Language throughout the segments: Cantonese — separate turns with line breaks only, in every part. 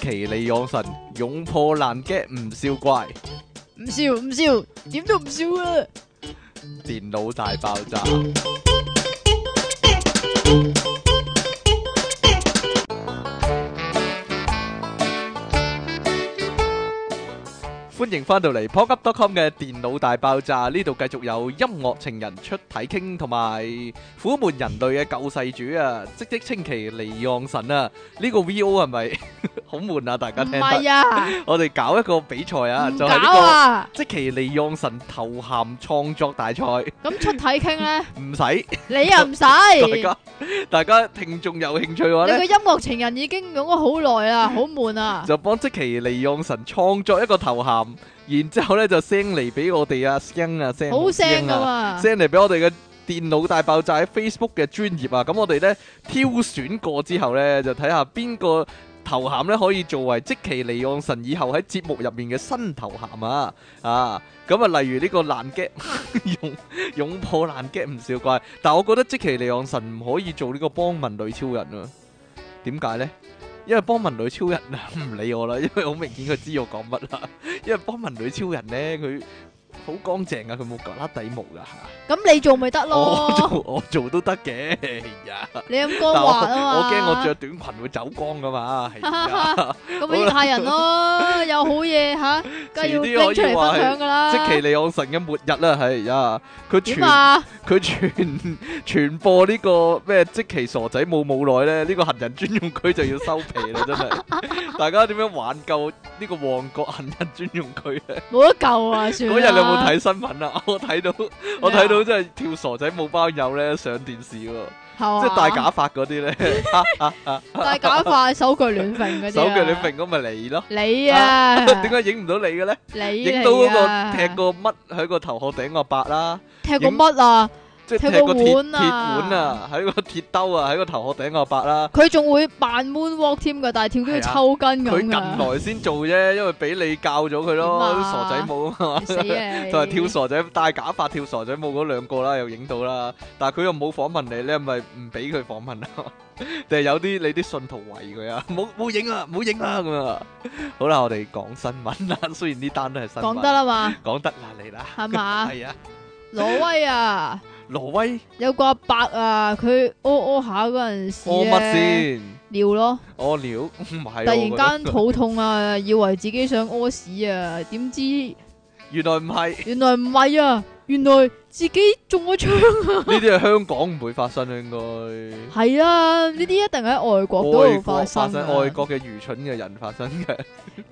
奇利昂神勇破爛 gag 唔笑怪，
唔笑唔笑，點都唔笑啊！
電腦大爆炸。歡迎翻到嚟 p o c k u p c o m 嘅電腦大爆炸，呢度繼續有音樂情人出體傾同埋苦悶人類嘅救世主啊，即即稱其離岸神啊！呢、個 V.O 係咪 好悶啊？大家
唔
聽得
係啊，
我哋搞一個比賽啊，
唔
就
搞
係呢、個。
啊！
即其利用神頭衔創作大賽，唔
咁出體傾 咧，
使
你又唔使。
大
你
家大家聽眾有興趣嘅話
個
咧，
音樂情人已經用咗好 耐啦，好悶啊！
就幫即其利用神創作一個頭衔，然之後咧就 send 嚟俾我哋啊 send 啊 send
好聲噶
啊
嘛，
，send 嚟俾我哋嘅電腦大爆炸喺 Facebook 嘅專頁啊，咁我哋咧挑選過之後咧，就睇下邊個。頭衔咧可以作為即其利用神以後喺節目入面嘅新頭衔啊啊！咁啊，例如呢個爛 g 用擁抱爛 g 唔少怪，但我覺得即其利昂神唔可以做呢個幫民女超人啊。點解呢？因為幫民女超人啊唔理我啦，因為好明顯佢知我講乜啦。因為幫民女超人呢，佢好乾淨啊，佢冇旮旯底毛噶
咁你做咪得
我
咯？
做我做都得嘅，哎呀！
你咁
但
光
我
滑啊嘛，
我驚我着 短裙會走光噶嘛，係呀
咁咪要太人咯，有好嘢吓，梗係要
遲啲可
拎
以
出嚟分享噶啦。
即其利昂神嘅末日啦，係呀！佢全
點啊？
佢傳 傳播呢、個咩即其傻仔冇冇耐咧，呢、個行人專用區就要收皮啦，真係！ 大家點樣挽救呢個旺角行人專用區咧？
冇得救啊！算
嗰
啦
日你有冇？睇新聞啊？ 我睇到我睇
咩
到
啊
真係跳傻仔冇包友咧上電視喎，
係
即係戴
嘛
假髮嗰啲 咧，
啊戴假髮，手腳亂揈嗰啲啊。
手腳你揈咁咪你咯？
你 啊？
點解影唔到你嘅咧？
你嚟
影到嗰
啊
個踢個乜喺個頭殼頂個白啦，
踢過乜啊？
即係
踢
踢個
個
鐵
碗
鐵
啊
碗啊，喺個鐵兜啊，喺個頭殼頂個白啦。
佢仲會扮 moonwalk 添噶，但係跳都要抽筋
佢
咁
近
噶。
來先做啫，因為俾你教咗佢咯，
點啊
傻仔 舞啊嘛，
死你！
同埋跳傻仔戴假髮跳傻仔舞嗰兩個啦，又影到啦。但係佢又冇訪問你，你係咪唔俾佢訪問 啊？定係有啲你啲信徒圍佢啊？冇冇影啊，冇影啊咁啊！好啦，我哋講新聞 啦，雖然呢單都係新聞，
講得啦嘛，
講得啦你啦，
係 嘛？
係啊，
挪威啊，
挪威
有個阿伯啊，佢屙屙下嗰陣時
屙乜
咧
先？
尿咯，
屙尿 唔係喎，啊
突然
我覺得
間肚痛啊，以為自己想屙屎啊，點知原
原來唔係。
來唔係啊，原來自己中咗槍。
呢啲係香港唔會發生啊，應該。
係啊，呢啲一定喺外國都
外
會
國
發
發
生
生，
啊
外。國嘅愚蠢嘅人發生嘅。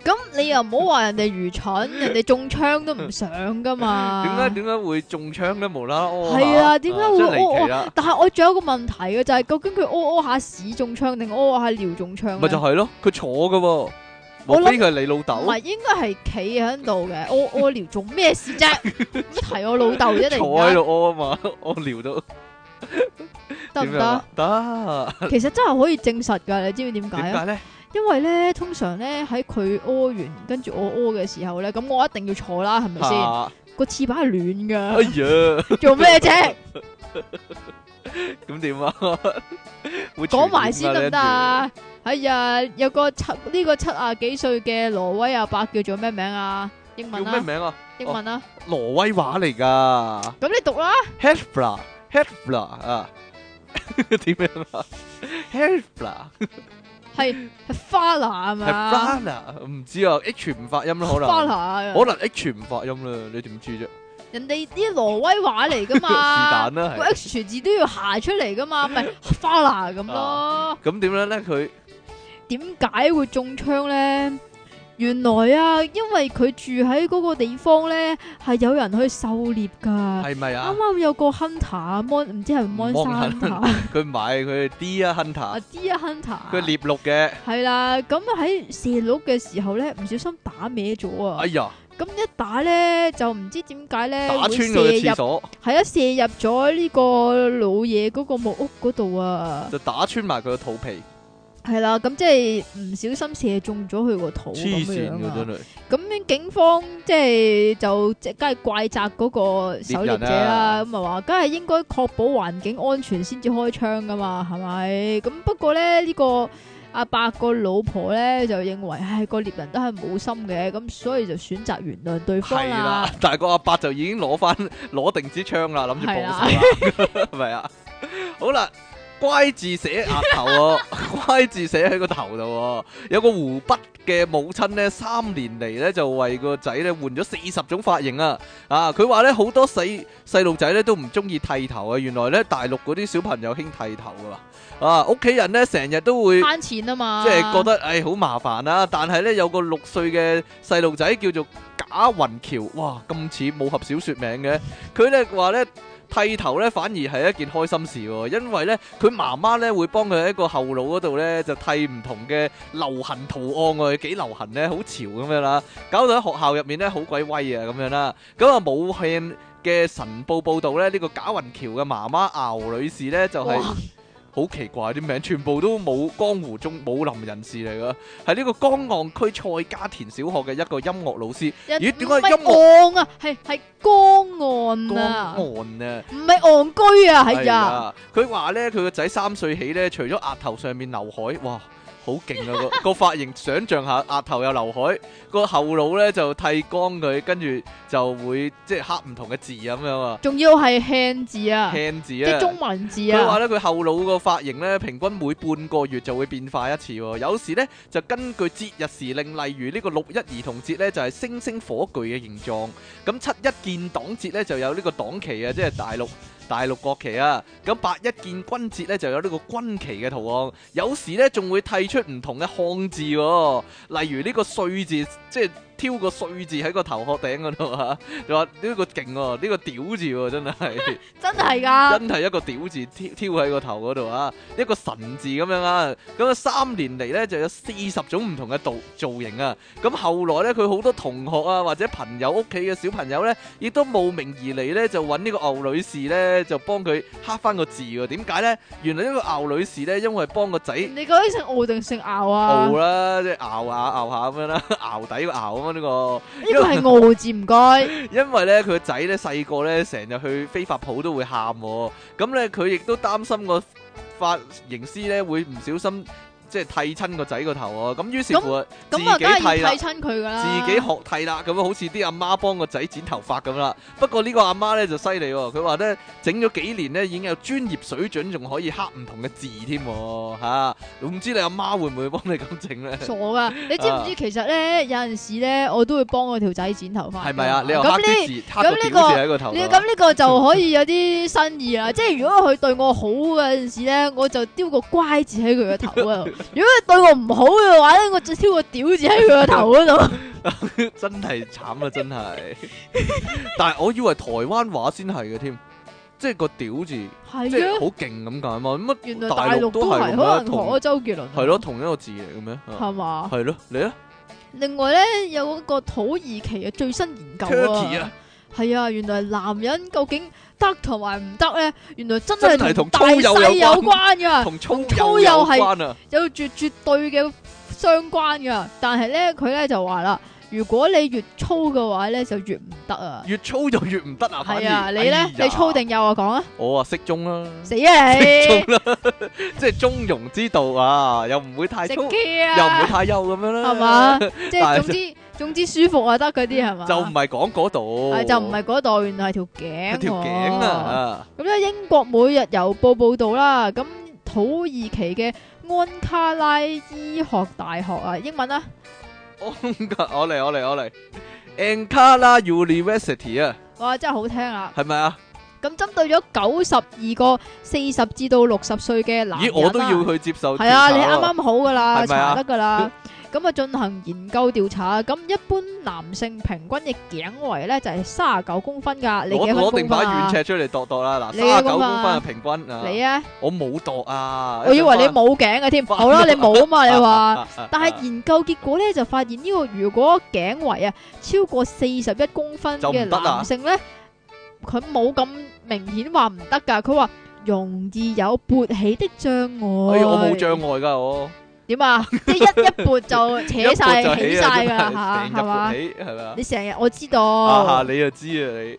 咁你又唔好話人哋愚蠢，人哋中槍都唔想噶嘛。
點解點解會中槍咧？無啦啦屙下
啊係啊點解會
真離奇
屙
啦？
但係我仲有一個問題嘅就係、究竟佢屙屙下屎中槍定屙屙下尿中槍
咪就
咧？
係咯，佢坐嘅喎，莫
啊我諗
非佢係你老
唔
豆
係應該係企喺度嘅，屙 屙尿做咩事 啫？咁提我老豆啫，突
坐喺度
然間
屙啊嘛， 屙尿都
得唔
點樣啊
得？？
得
其實真係可以證實㗎，你知唔知點解
點
啊？
解咧？
因為咧，通常咧喺佢屙完跟住我屙嘅時候咧，咁我一定要坐啦，係咪先？
嚇
個翅膀係暖
哎
㗎，
呀，
做咩啫？
咁點啊？ 會傳
講埋先
染㗎
得唔得啊？哎呀，有個七呢個七啊幾歲嘅挪威阿伯叫做咩名啊？英
跟
文
住叫咩
啊，
名啊？
英文啊，
挪威話嚟㗎。
咁你讀啦。
Hefla Hefla 啊， 點樣啊？Hefla
系系花娜啊嘛，
Hefla 唔知啊，H 唔發音啦， 可
花
能
娜
可能 H 唔發音啦，你點知啫？是
啊人哋啲挪威話 嚟噶嘛，
但啦，
個
係
H 字都要下出嚟 噶嘛，咪花娜咁咯。
咁點樣咧？佢
點解會中槍咧？原來啊，因為佢住喺嗰個地方咧，係有人去狩獵噶。
係咪啊
啱？啱有個 hunter 啊 mon 唔知係咪 mon 啊
芒
山 hunter
佢唔係佢係 D 啊
啊
Hunter，
D 啊 hunter，
佢係獵鹿嘅。
係啦。咁喺射鹿嘅時候咧，唔小心打歪咗啊
哎。呀，
咁一打咧，就唔知點解咧，
打穿
會
佢嘅
射入
廁所，
係啊，射入咗呢個老嘢嗰個木屋嗰度啊，
就打穿埋佢個肚皮，
係啦，咁即係唔小心射中咗佢個肚
黐
咁
線
樣
嘅真
啊。
係。
咁警方即係就即係梗係怪責嗰個狩獵者啦，咁啊話梗係應該確保環境安全先至開槍噶嘛，係咪？咁不過咧呢、呢個阿伯個老婆咧就認為，唉，個獵人都係冇心嘅，咁所以就選擇原諒對方啊
係啦
啦。，
但係個阿伯就已經攞翻 攞定支槍啦，諗住
啊
報仇啦，係 咪啊？好啦，乖字寫額頭喎， 乖字寫喺個頭度喎。有個湖北嘅母親咧，三年嚟咧就為個仔咧換咗四十種髮型啊！啊，佢話咧好多細細路仔咧都唔中意剃頭啊，原來咧大陸嗰啲小朋友興剃頭噶啊，屋企人咧成日都會。
慳錢啊嘛，
即係覺得誒好麻煩啦、但係咧有個六歲嘅細路仔叫做賈雲橋，哇咁似武俠小説名嘅，佢咧話咧。剃頭咧反而係一件開心事喎，因為咧佢媽媽咧會幫佢喺個後腦嗰度咧就剃唔同嘅流行圖案喎，幾流行咧，好潮咁樣啦，搞到喺學校入面咧好鬼威啊咁樣啦，咁啊武漢嘅晨報報導咧，呢、個賈雲橋嘅媽媽敖女士咧就係、
哇
好奇怪啲名，全部都冇江湖中武林人士嚟噶，係呢個江岸區蔡家田小學嘅一個音樂老師，
人
咦點解
唔係
音
岸啊？係係
江
江岸啊，
岸啊。
唔係戇居啊，係啊，
啊，佢話咧，佢個仔三歲起咧，除咗額頭上面劉海，哇，好勁啊 個個髮型，想像下額頭有劉海，個後腦咧就剃光佢，跟住就會即係刻唔同嘅字咁樣啊，
仲要係漢字啊，
輕字
即
啊
係。中文字
佢話
啊，
咧，佢後腦個髮型咧，平均每半個月就會變化一次喎。有時咧就根據節日時令，例如呢個六一兒童節咧就係星星火炬嘅形狀。咁七一建黨節咧就有呢個黨旗啊，即係大陸大陸國旗啊。咁八一建軍節咧就有呢個軍旗嘅圖案。有時咧仲會剃出唔同嘅漢字喎，例如呢個歲字，即係挑個歲字喺個頭殼頂嗰度啊。就話呢個勁喎，呢、個屌字喎，真係。
真係㗎，
真係一個屌字挑挑喺個頭嗰度啊，一個神字咁樣啊，咁啊三年嚟呢，就有四十種唔同嘅造造型啊，咁後來呢，佢好多同學啊或者朋友屋企嘅小朋友呢，亦都慕名而嚟呢，就揾呢個牛女士呢，就幫佢刻翻個字喎，點解呢？原來呢個牛女士呢，因為幫個仔。
你究竟姓敖定姓敖啊？
熬啦，
呢
即係熬下熬下咁樣啦， 熬底個熬啊嘛呢個，
個係敖字唔該。
因為咧佢個仔咧細個咧成日去飛髮鋪都會喊喎，咁咧佢亦都擔心個髮型師咧會唔小心即係剃親個仔個頭啊，咁於是乎啊自己
咁啊，啊梗係
剃
要
啦
剃。親佢㗎啦，
自己學剃啦，咁樣好似啲阿媽幫個仔剪頭髮咁啦。不過呢個阿媽呢就犀利喎，佢話呢，整咗幾年呢已經有專業水準，仲可以刻唔同嘅字添喎嚇。唔知你阿媽會唔會幫你咁整呢？
傻噶，你知唔
啊
知其實咧有陣時咧，我都會幫我條仔剪頭髮㗎。
係咪啊？你又刻啲
咁呢？
字，刻個
咁呢
屌字
個
喺個頭度
你
啊。
咁呢個就可以有啲新意啦，即係如果佢對我好嘅陣時咧，我就丟個乖字喺佢個頭 嗰度；如果佢對我唔好嘅話咧，我就丟個屌字喺佢個頭嗰度。
真係慘啊！真係，但係我以為台灣話先係嘅添，即係個屌字，即
係
係
啊，
好勁咁解嘛。乜
原來
大
大
陸
陸
都
都
係
係，
咁啊
可能學咗周杰倫。
係咯，，同一個字嚟嘅咩？啊
係嘛？
係咯，你咧啊
另外咧有一個土耳其嘅最新研究
Turkey 啊
啊，，係啊，原來男人究竟得同埋唔得咧，原來真
真係
係
同
同
粗
大
幼有
細有
關
關㗎。
同粗
啊粗
幼有
幼係
關啊，
有絕絕對嘅相關噶，但係咧佢咧就話啦，如果你越粗嘅話咧就越唔得啊。
越粗就越唔得啊。反
係
而
啊，你咧你粗？定幼啊？講 啊，
哎呀我啊適中啦，
死啊你！
即係中庸之道啊，又唔會太
食
粗，又唔
機
會
啊，
太幼咁樣啦。
係嘛？即
但係
係總之總之舒服啊得嗰啲係嘛？
就唔係講嗰度
係，就唔係嗰度，原來係條頸
係
喎。
條頸啊。
咁咧，英國每日郵報報導啦，咁土耳其嘅安卡拉醫學大學啊，英文啊，
我嚟，我嚟，我嚟。Ankara University 啊，
哇真係好聽啊！
係咪啊？
咁針對咗九十二個四十至到六十歲嘅男人啊
咦，我都要去接受調查
係啊，你
喎
啱啱好噶啦，
係咪啊
查得噶啦。咁啊，進行研究調查，咁一般男性平均嘅頸圍咧就係三十九公分噶，你
攞
幾多
攞
公
定
分
把
啊
軟？尺出嚟度度啦，嗱，
你
三
嘅
十九公
公分
分
啊
啊平均啊，
你啊，
我冇度啊，
我以為你
一陣
冇頸嘅添。
翻
好啦，你冇啊嘛，
翻
你 話。
啊
但係研究結果咧就發現呢個如果頸圍啊超過四十一公分
就
嘅
唔得啦
男性咧，佢冇咁明顯話唔得㗎，佢話容易有勃起的障礙。
哎呀我冇障礙噶，我
點 啊？即係一一勃就扯晒
一撥就
起
啊
晒㗎
真係
啦嚇，
成日
係
勃
嘛？哦
起係咪啊？
你成日我知
啊
道，
你就知啊你。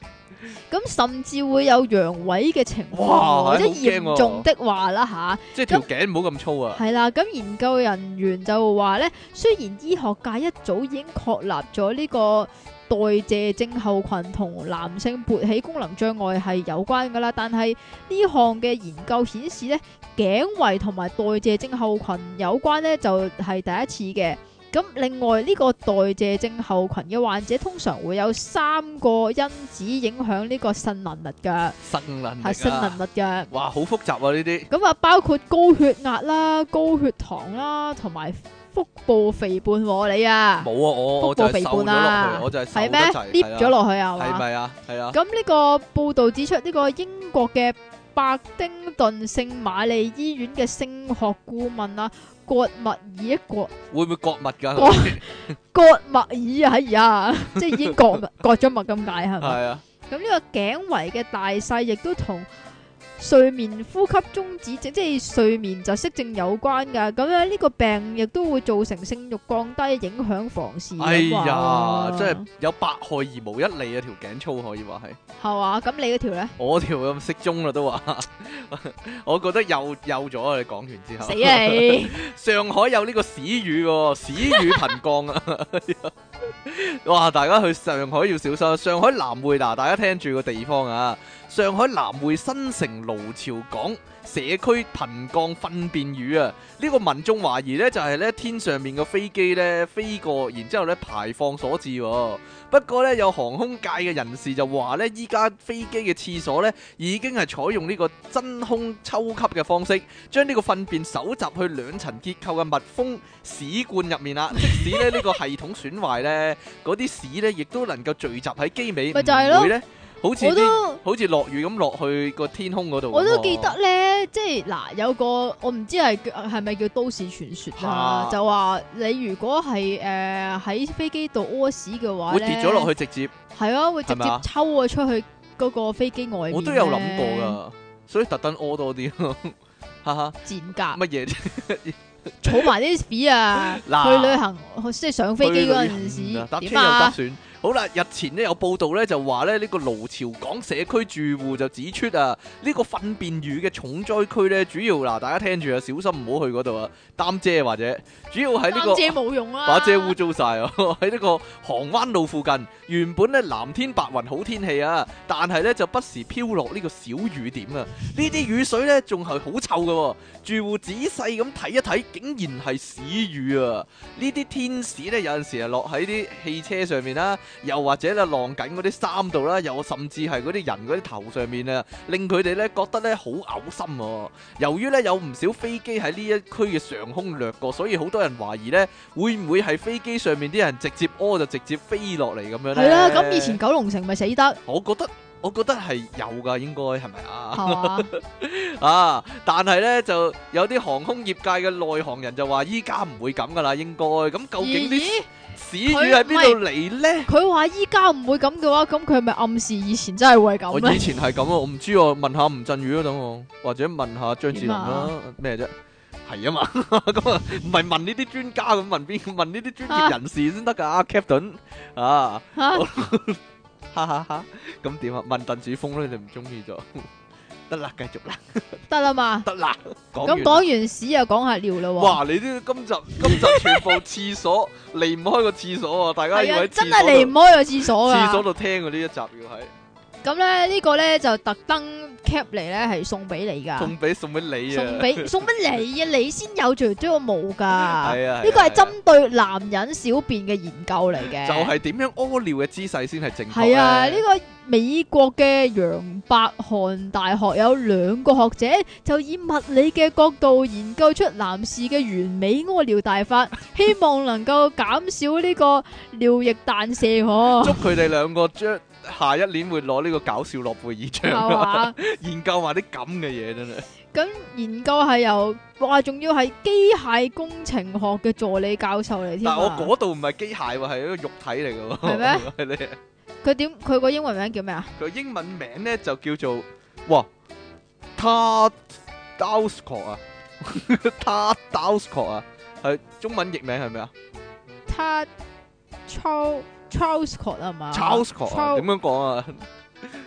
咁甚至會有陽痿嘅情
哇
況喎，即係
係好驚喎
嚴重的話啦吓。
即係條頸唔好咁粗啊！
係啦，咁研究人員就話咧，雖然醫學界一早已經確立咗呢個代謝症候群同男性勃起功能障礙係有關噶啦，但係呢項嘅研究顯示咧，頸圍同埋代謝症候群有關咧就係、第一次嘅。咁另外呢、個代謝症候群嘅患者通常會有三個因子影響呢個性能力㗎，
性能力
係性能
啊！
力㗎。
哇，好複雜啊呢啲。
咁啊，包括高血壓啦、高血糖啦，同埋腹部肥胖喎、你啊
冇，啊，我我
腹
就
部
係
肥
瘦咗
胖
落
啊
去，我就係瘦
係
得
咩
滯，
？lift 咗落去啊
係啊
係
係
嘛？
咪啊？係啊，
咁呢個報導指出，呢個英國嘅白丁頓聖瑪麗醫院嘅性學顧問啊，葛密爾葛
會唔會割脈㗎？
割葛密爾啊，係啊，即係已經割脈割咗脈咁解係咪？
係啊，
咁呢個頸圍嘅大細亦都同睡眠呼吸中止症，即係睡眠窒息症有關噶。咁樣呢個病亦都會造成性慾降低，影響房事。
哎呀，
哇
真係有百害而無一利啊！條頸粗可以話係。
係嘛？咁你嗰 條咧？
我條咁適中啦都話， 我覺得幼幼咗啊！你講完之後，
死 啊你！
上海有呢個屎雨喎，屎雨頻降啊！ 哇，大家去上海要小心。啊上海南匯嗱，大家聽住個地方啊，上海南匯新城盧潮港社區頻降糞便雨啊！呢個民眾懷疑呢，就係呢天上面嘅飛機呢飛過，然之後呢排放所致喎。不過呢，有航空界嘅人士就話呢，依家飛機嘅廁所呢已經係採用呢個真空抽吸嘅方式，將呢個糞便搜集去兩層結構嘅密封屎罐入 面啦。即使咧呢個系統損壞呢，嗰啲屎呢亦都能夠聚集喺機尾，
咪就係咯
唔會呢好似
我
啲
都
好似落雨咁落去個天空嗰度咁喎。
我都記得咧，即係嗱，有個我唔知係叫係咪叫都市傳說啦
嚇，
就話你如果係誒喺飛機度屙屎嘅話
會
咧，
跌咗落去，直接
係啊，會直
係咪
接
啊
抽咗出去嗰個飛機外面
我都有諗
諗
過噶，所以特登屙多啲咯， 哈哈，
賤格，
乜嘢啫？
儲埋啲 fee 啊，
嗱
去旅行即係上飛機嗰陣
去旅行啊搭車
時點
又搭
啊？
船。好啦，日前呢有報道呢就話呢，呢個勞潮港社區住戶就指出啊，呢個糞便雨嘅重災區呢，主要嗱大家聽住啊，小心唔好去嗰度啊，擔遮或者主要喺呢個
擔。遮冇用啦，
把遮污糟晒啊！ 喺呢個航灣路附近，原本咧藍天白雲好天氣啊，但係咧就不時飄落呢個小雨點啊！呢啲雨水咧仲係好臭嘅喎、住戶仔細咁睇一睇，竟然係屎雨啊！呢啲天屎咧有陣時係啊落喺啲汽車上面啦，又或者咧晾緊嗰啲衫度啦，又甚至係嗰啲人嗰啲頭上面啊，令佢哋咧覺得咧好嘔心喎、由於咧有唔少飛機喺呢一區嘅上空掠過，所以好多人懷疑咧。會唔會係飛機上面啲人直接屙就直接飛落嚟咁樣咧？
係啦。咁以前九龍城 咪死得
我覺得我覺得係有㗎，應該係咪啊？
係嘛？
啊！但係咧就有啲航空業界嘅內行人就話：依家唔會咁㗎啦，應該咁究竟啲
咦？
屎雨喺邊度嚟咧？
佢話依家唔會咁嘅話，咁佢咪暗示以前真係會
我
咁
以
咧？
前係咁啊，我唔知我問下吳鎮宇啊，等我或者問下張智霖啦，咩啫？係啊嘛， 咁啊唔係問呢啲專家咁問邊問呢啲專業人士先得 㗎，Captain 啊！
嚇
哈哈哈！咁點啊？問鄧子峰咧，你唔中意咗， 得啦，繼 續啦，
得啦嘛。
得啦，講
咁
完
講
啦。
完屎又講下尿啦喎。
哇！你啲今集今集全部廁所離唔開個廁所啊！大家
係
要
啊
喺，
真係離唔
廁所度
開個廁所
廁所
㗎。
度聽過呢一集要係
咁咧呢個咧就特登 cap 嚟咧係送俾你㗎。
送俾送俾你啊！
送俾送俾你啊！你先有做咗我冇 噶，
係啊係啊
呢個係
係啊
針對男人小便嘅研究嚟嘅，
就係點樣屙尿嘅姿勢先係正確
係啊！呢
咧
個美國嘅楊百翰大學有兩個學者就以物理嘅角度研究出男士嘅完美屙尿 大法，希望能夠減少呢個尿液彈射
祝
喎，
佢哋兩個將下一年會攞呢個搞笑諾貝
係
爾獎啊！
嘛？
研究埋啲咁嘅嘢真係。
咁研究係由哇，仲要係機械工程學嘅助理教授嚟添
但係我
啊！
嗰度唔係機械喎，係一個肉體嚟嘅喎。
係咩
係咧？
佢點佢個英文名叫咩啊？
佢英文名咧就叫做哇 t a d o u s c o 啊 t a d o u s c o 啊，係中文譯名係咩啊
他 Charles Charles Scott 啊嘛
c h a r l e s c o 啊，
Charles-
點樣講啊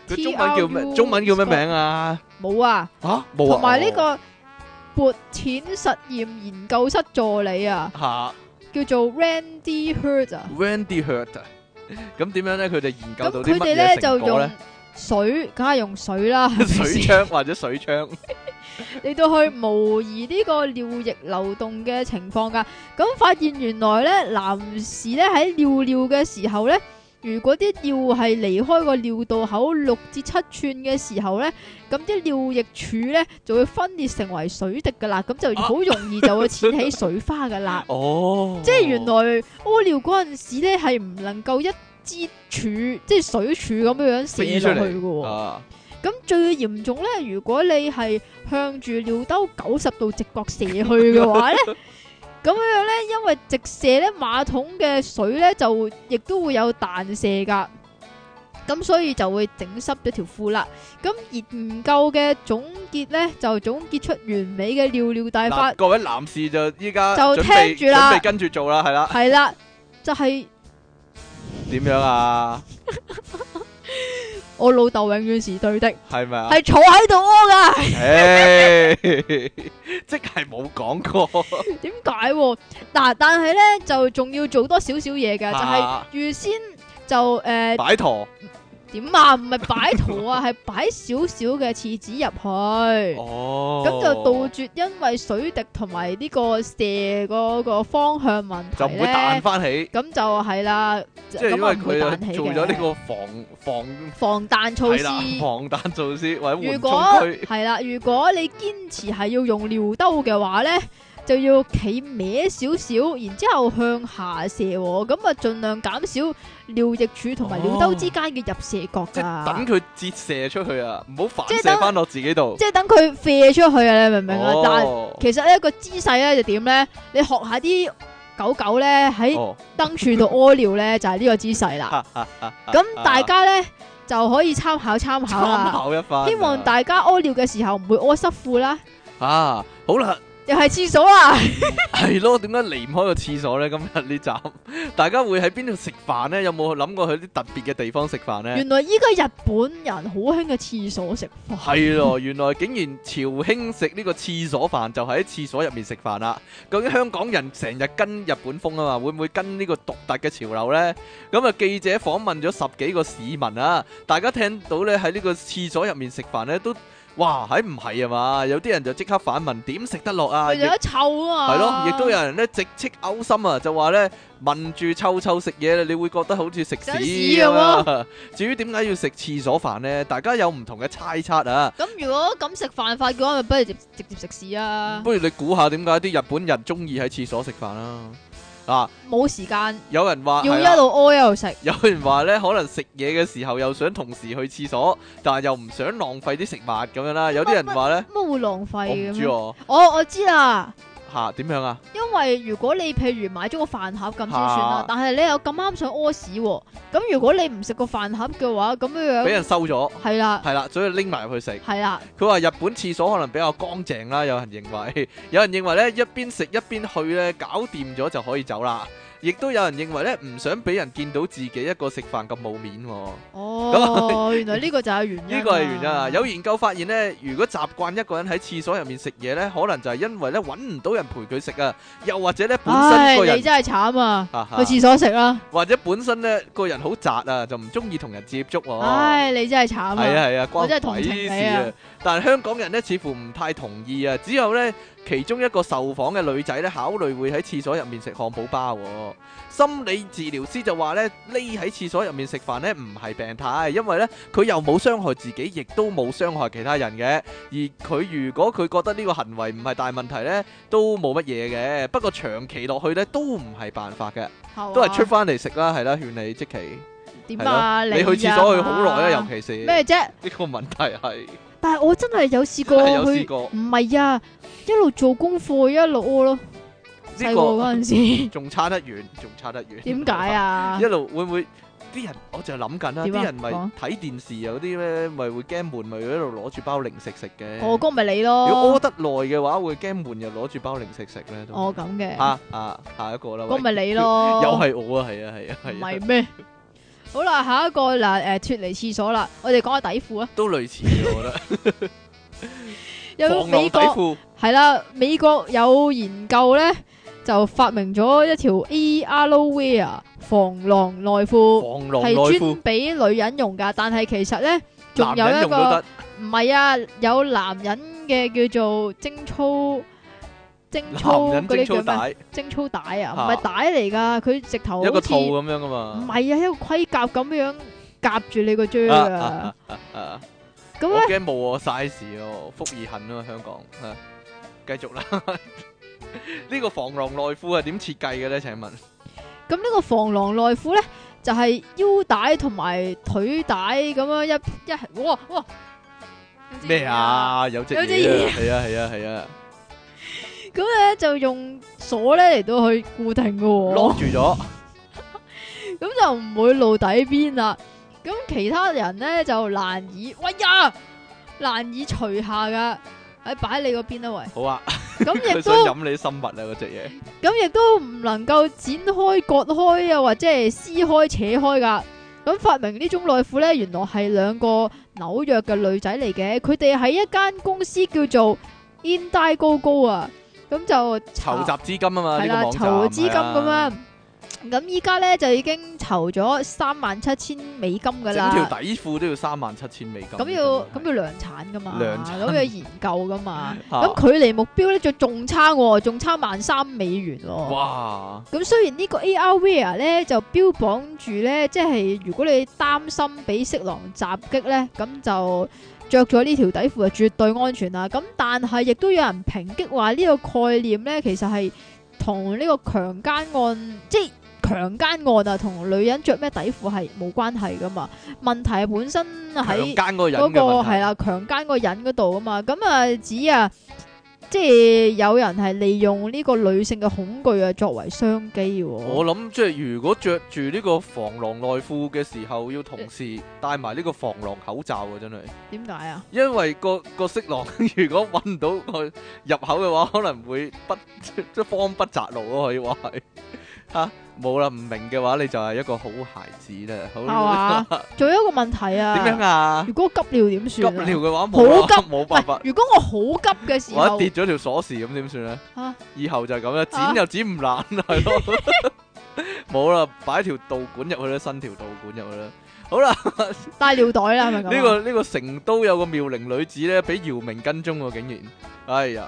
佢中文叫咩？中文叫咩
TRU
名啊？
冇啊，
吓冇啊！
同埋呢
哦
個撥錢實驗研究室助理啊，
吓
叫做 Randy Hurd 啊。
Randy Hurt 啊。咁點樣咧？佢就研究
咁
到啲
佢
乜
哋咧
嘢
就
成果
用
咧？
水，梗係用水啦，係咪先
水槍或者水槍
嚟到去模擬呢個尿液流動嘅情況噶。咁發現原來咧，男士咧喺尿尿嘅時候咧，如果啲尿係離開個尿道口六至七寸嘅時候咧，咁啲尿液柱咧就會分裂成為水滴噶啦，咁
啊
就好容易就會濺起水花噶 啦。
哦，
即係原來屙尿嗰陣時咧係唔能夠一支柱，即係水柱咁樣樣
飛
射
出
落去嘅
嚟
喎。
啊！
咁最嚴重咧，如果你係向住尿兜九十度直角射去嘅話咧，咁樣咧，因為直射咧，馬桶嘅水咧就亦都會有彈射噶，咁所以就會整濕咗條褲啦。咁研究嘅總結咧，就總結出完美嘅尿尿大法
嗱，各位男士就依家
就
準備
聽住啦
準備跟住做啦，係啦，
係啦，就係、
點樣啊？
我老豆永遠是對的，
係咪啊？
係坐喺度屙噶。
唉，即係冇講過，
點解喎？嗱，但係咧就仲要做多少少嘢嘅，就係
啊
預先就诶
擺陀
點啊？唔係擺 圖啊，係擺少少嘅廁紙入去，
哦，
咁就杜絕因為水滴同埋呢個射嗰個方向問題
就唔會彈
咧。
翻起，
咁就係啦，
即係
咁
因為
啊唔會彈
佢
起
做咗呢
嘅
個防防
防彈措
係
施。
啦防彈措施或者緩
如
衝
果
區，
係啦，如果你堅持係要用尿兜嘅話咧，就要企歪少少，然之后向下射喎，咁啊盡量減少尿液柱同埋尿兜之間嘅入射角
哦即係等
噶。
佢折射出去啊，唔好反
啊即係
射
等
翻落自己度。
即係等佢射出去啊！你明唔明啊？但係
哦
其實呢個姿勢咧就點咧？你學下啲狗狗咧喺
哦，
燈柱度屙尿咧，就係呢個姿 勢啦。咁大家咧就可以參考參考
參
啦。
考一番啊。
希望大家屙尿嘅時候唔會屙濕褲啦，
啊，好啦。
又係廁所啊啦。
係咯，點解離唔開個廁所呢？今日呢集，大家會喺邊度食飯呢？有冇諗過去啲特別嘅地方食飯呢？
原來依家日本人好興嘅廁所食飯，
係咯，原來竟然朝興食呢個廁所飯，就喺廁所入面食飯啦。究竟香港人成日跟日本風啊嘛，會唔會跟呢個獨特嘅潮流呢？咁啊，記者訪問咗十幾個市民啊，大家聽到呢喺呢個廁所入面食飯呢，都哇，係唔係啊嘛？有啲人就即刻反問點食得落啊？
佢有一臭啊嘛。
係咯，亦都有人咧直斥嘔心啊，就話咧聞住臭臭食嘢，你會覺得好似食
想
屎
屎
咁
咁
啊！至於點解要食廁所飯呢？大家有唔同嘅猜測啊。
咁如果咁食飯法嘅話，咪不如直直接食屎啊！
不如你估下點解啲日本人中意喺廁所食飯啦？啊，
冇時間，
有人話
要
係啊啦
一路屙一路食。
有人話咧，可能食嘢嘅時候又想同時去廁所，但係又唔想浪費啲食物咁樣啦。有啲人話呢，
乜會浪
我
費
唔
咁
知
樣？
喎
我我知啦，
嚇點樣啊？
因為如果你譬如買咗個飯盒咁先算
啊
啦，但係你又咁啱想屙屎喎，咁如果你唔食個飯盒嘅話，咁樣
俾
樣
人收咗，
係 啦
係啦，所以拎埋入去食。
係啦，
佢話日本廁所可能比較乾淨啦，有人認為， 有人認為咧一邊食一邊去咧，搞掂咗就可以走啦。亦都有人認為咧唔想俾人見到自己一個食飯咁冇面喎、
哦，原來呢個就係原因。
啊呢個係原因啊！有研究發現呢，如果習慣一個人喺廁所入面食嘢呢，可能就係因為咧揾唔到人陪佢食啊，又或者咧本身
唉，
個
你
人
真係慘啊！
啊
去廁所食啦，
或者本身咧個人好宅啊，就唔中意同人接觸喎、
唉，你真係慘啊！
係哦啊係啊，
我
關
真係同
鬼
情
事
你啊
啊！但係香港人咧似乎唔太同意啊，只有咧其中一個受訪嘅女仔咧考慮會喺廁所入面食漢堡包喎、心理治療師就話咧匿喺廁所入面食飯咧唔係病態，因為咧佢又冇傷害自己，亦都冇傷害其他人嘅。而佢如果佢覺得呢個行為唔係大問題咧，都冇乜嘢嘅。不過長期落去咧都唔係辦法嘅，
係
都
嘛
係出翻嚟食啦，係啦，勸你即期。
點啊？
你去廁所去好耐啦，
啊
尤其是
咩啫？
呢個問題係
但係我真係有試
真
過
係 有試
去，
過
唔係啊，一路做功課一路屙咯。
呢
細個
個
嗰 陣時，
仲差得遠，仲差得遠。
點解？啊
一？路會唔會啲人？我就諗緊啦，
點啊
啲人咪
講
睇電視啊嗰啲咧，咪會驚悶，咪一路攞住包零食食嘅。
我哥咪你
如果屙
咯，
得耐嘅話，會驚悶，又攞住包零食食咧都。
我咁嘅，
啊啊，下一個啦。
哥
喂
咪你咯，
又係我啊，係啊，係啊，
唔
係啊。
係咩？好啦，下一個嗱，诶、脱離廁所啦，我哋講下底褲啊。
都類似嘅，我覺得。
有
防狼
美
底
國
褲
係啦，美國有研究咧，就發明咗一條 AR wear 防狼內褲，
防狼內
係專
褲，
俾女人用噶。但係其實咧，仲有
男人
一
用都
個
得。
唔係啊，有男人嘅叫做精粗。精粗
男人
嗰啲
精
叫
粗
咩？
帶，
精粗帶啊，唔
啊
係帶嚟㗎，佢直頭
一個
好
套
似
咁樣噶
唔
嘛。
係啊，一個盔甲咁樣夾住你個啫
啊啊
啊
啊！啊啊啊！
咁
我
咧
驚冇我 size 哦，福爾肯啊嘛，香港係繼續啦。 呢個防狼內褲係點設計嘅咧？請問
咁呢個防狼內褲咧，就係、腰帶同埋腿帶咁樣一一哇哇
咩？啊？有隻
有隻
嘢啊，係啊係啊係啊，
有隻嘢咁咧就用鎖咧嚟到去固定嘅喎、
lock 住咗。
咁就唔會露底邊啦。咁其他人咧就難以，喂呀，難以除下噶。喺擺你嗰邊啦，喂！
好啊，
咁
佢
亦
想
都
飲你生物啊嗰隻嘢。
咁亦都唔能夠展開、割開啊，或者係撕開、扯開噶。咁發明呢種內褲呢，原來係兩個紐約嘅女仔嚟嘅，佢哋喺一間公司叫做 Indigo Go 啊，咁就
籌集資金啊嘛，
係
呢
啦，
個網站
籌資金咁
係啊
樣。咁依家呢，就已經籌咗三萬七千美金噶
整
啦，
條底褲都要三萬七千美金。
咁要
真係
咁要量產噶嘛，
量產
咁要研究噶
啊
嘛，咁
嚇
距離目標呢，就仲差喎，仲差萬三美元喎。
哇，
咁雖然呢個 AR wear 咧就標榜住咧，即係如果你擔心俾色狼襲擊咧，咁就着咗呢條底褲就絕對安全啦。咁但係亦都有人抨擊話呢個概念咧，其實係同呢個強姦案，即係強姦案啊，同女人着咩底褲係冇關係噶嘛。問題係本身
強
喺
姦嗰個人
嗰
嘅
個
問題
係啦，強姦個人嗰度啊嘛，咁啊指啊，即係有人係利用呢個女性嘅恐懼啊作為商機
我
喎。
諗即係如果着住呢個防狼內褲嘅時候，要同時戴埋呢個防狼口罩啊！真係，
點解啊？
因為個個色狼 如果揾唔到佢入口嘅話，可能會不 即係慌不擇路咯，可以話係嚇冇啦。唔明嘅話，你就係一個好孩子啦。好
係嘛？ 仲有一個問題
點樣
啊，
啊？
如果急尿點
急
算
尿
啊？
嘅話冇啦
好急
冇
唔係
辦法。
如果我好急嘅時
或者
候
跌，咗條鎖匙咁點算咧
啊？
以後就係咁啦，
啊
剪又剪唔爛，係咯， 冇啦，擺條導管入去啦，伸條導管入去啦。好啦，
帶尿袋啦，係咪咁啊？
呢個呢個成都有個妙齡女子咧，俾姚明跟蹤喎，竟然，哎呀！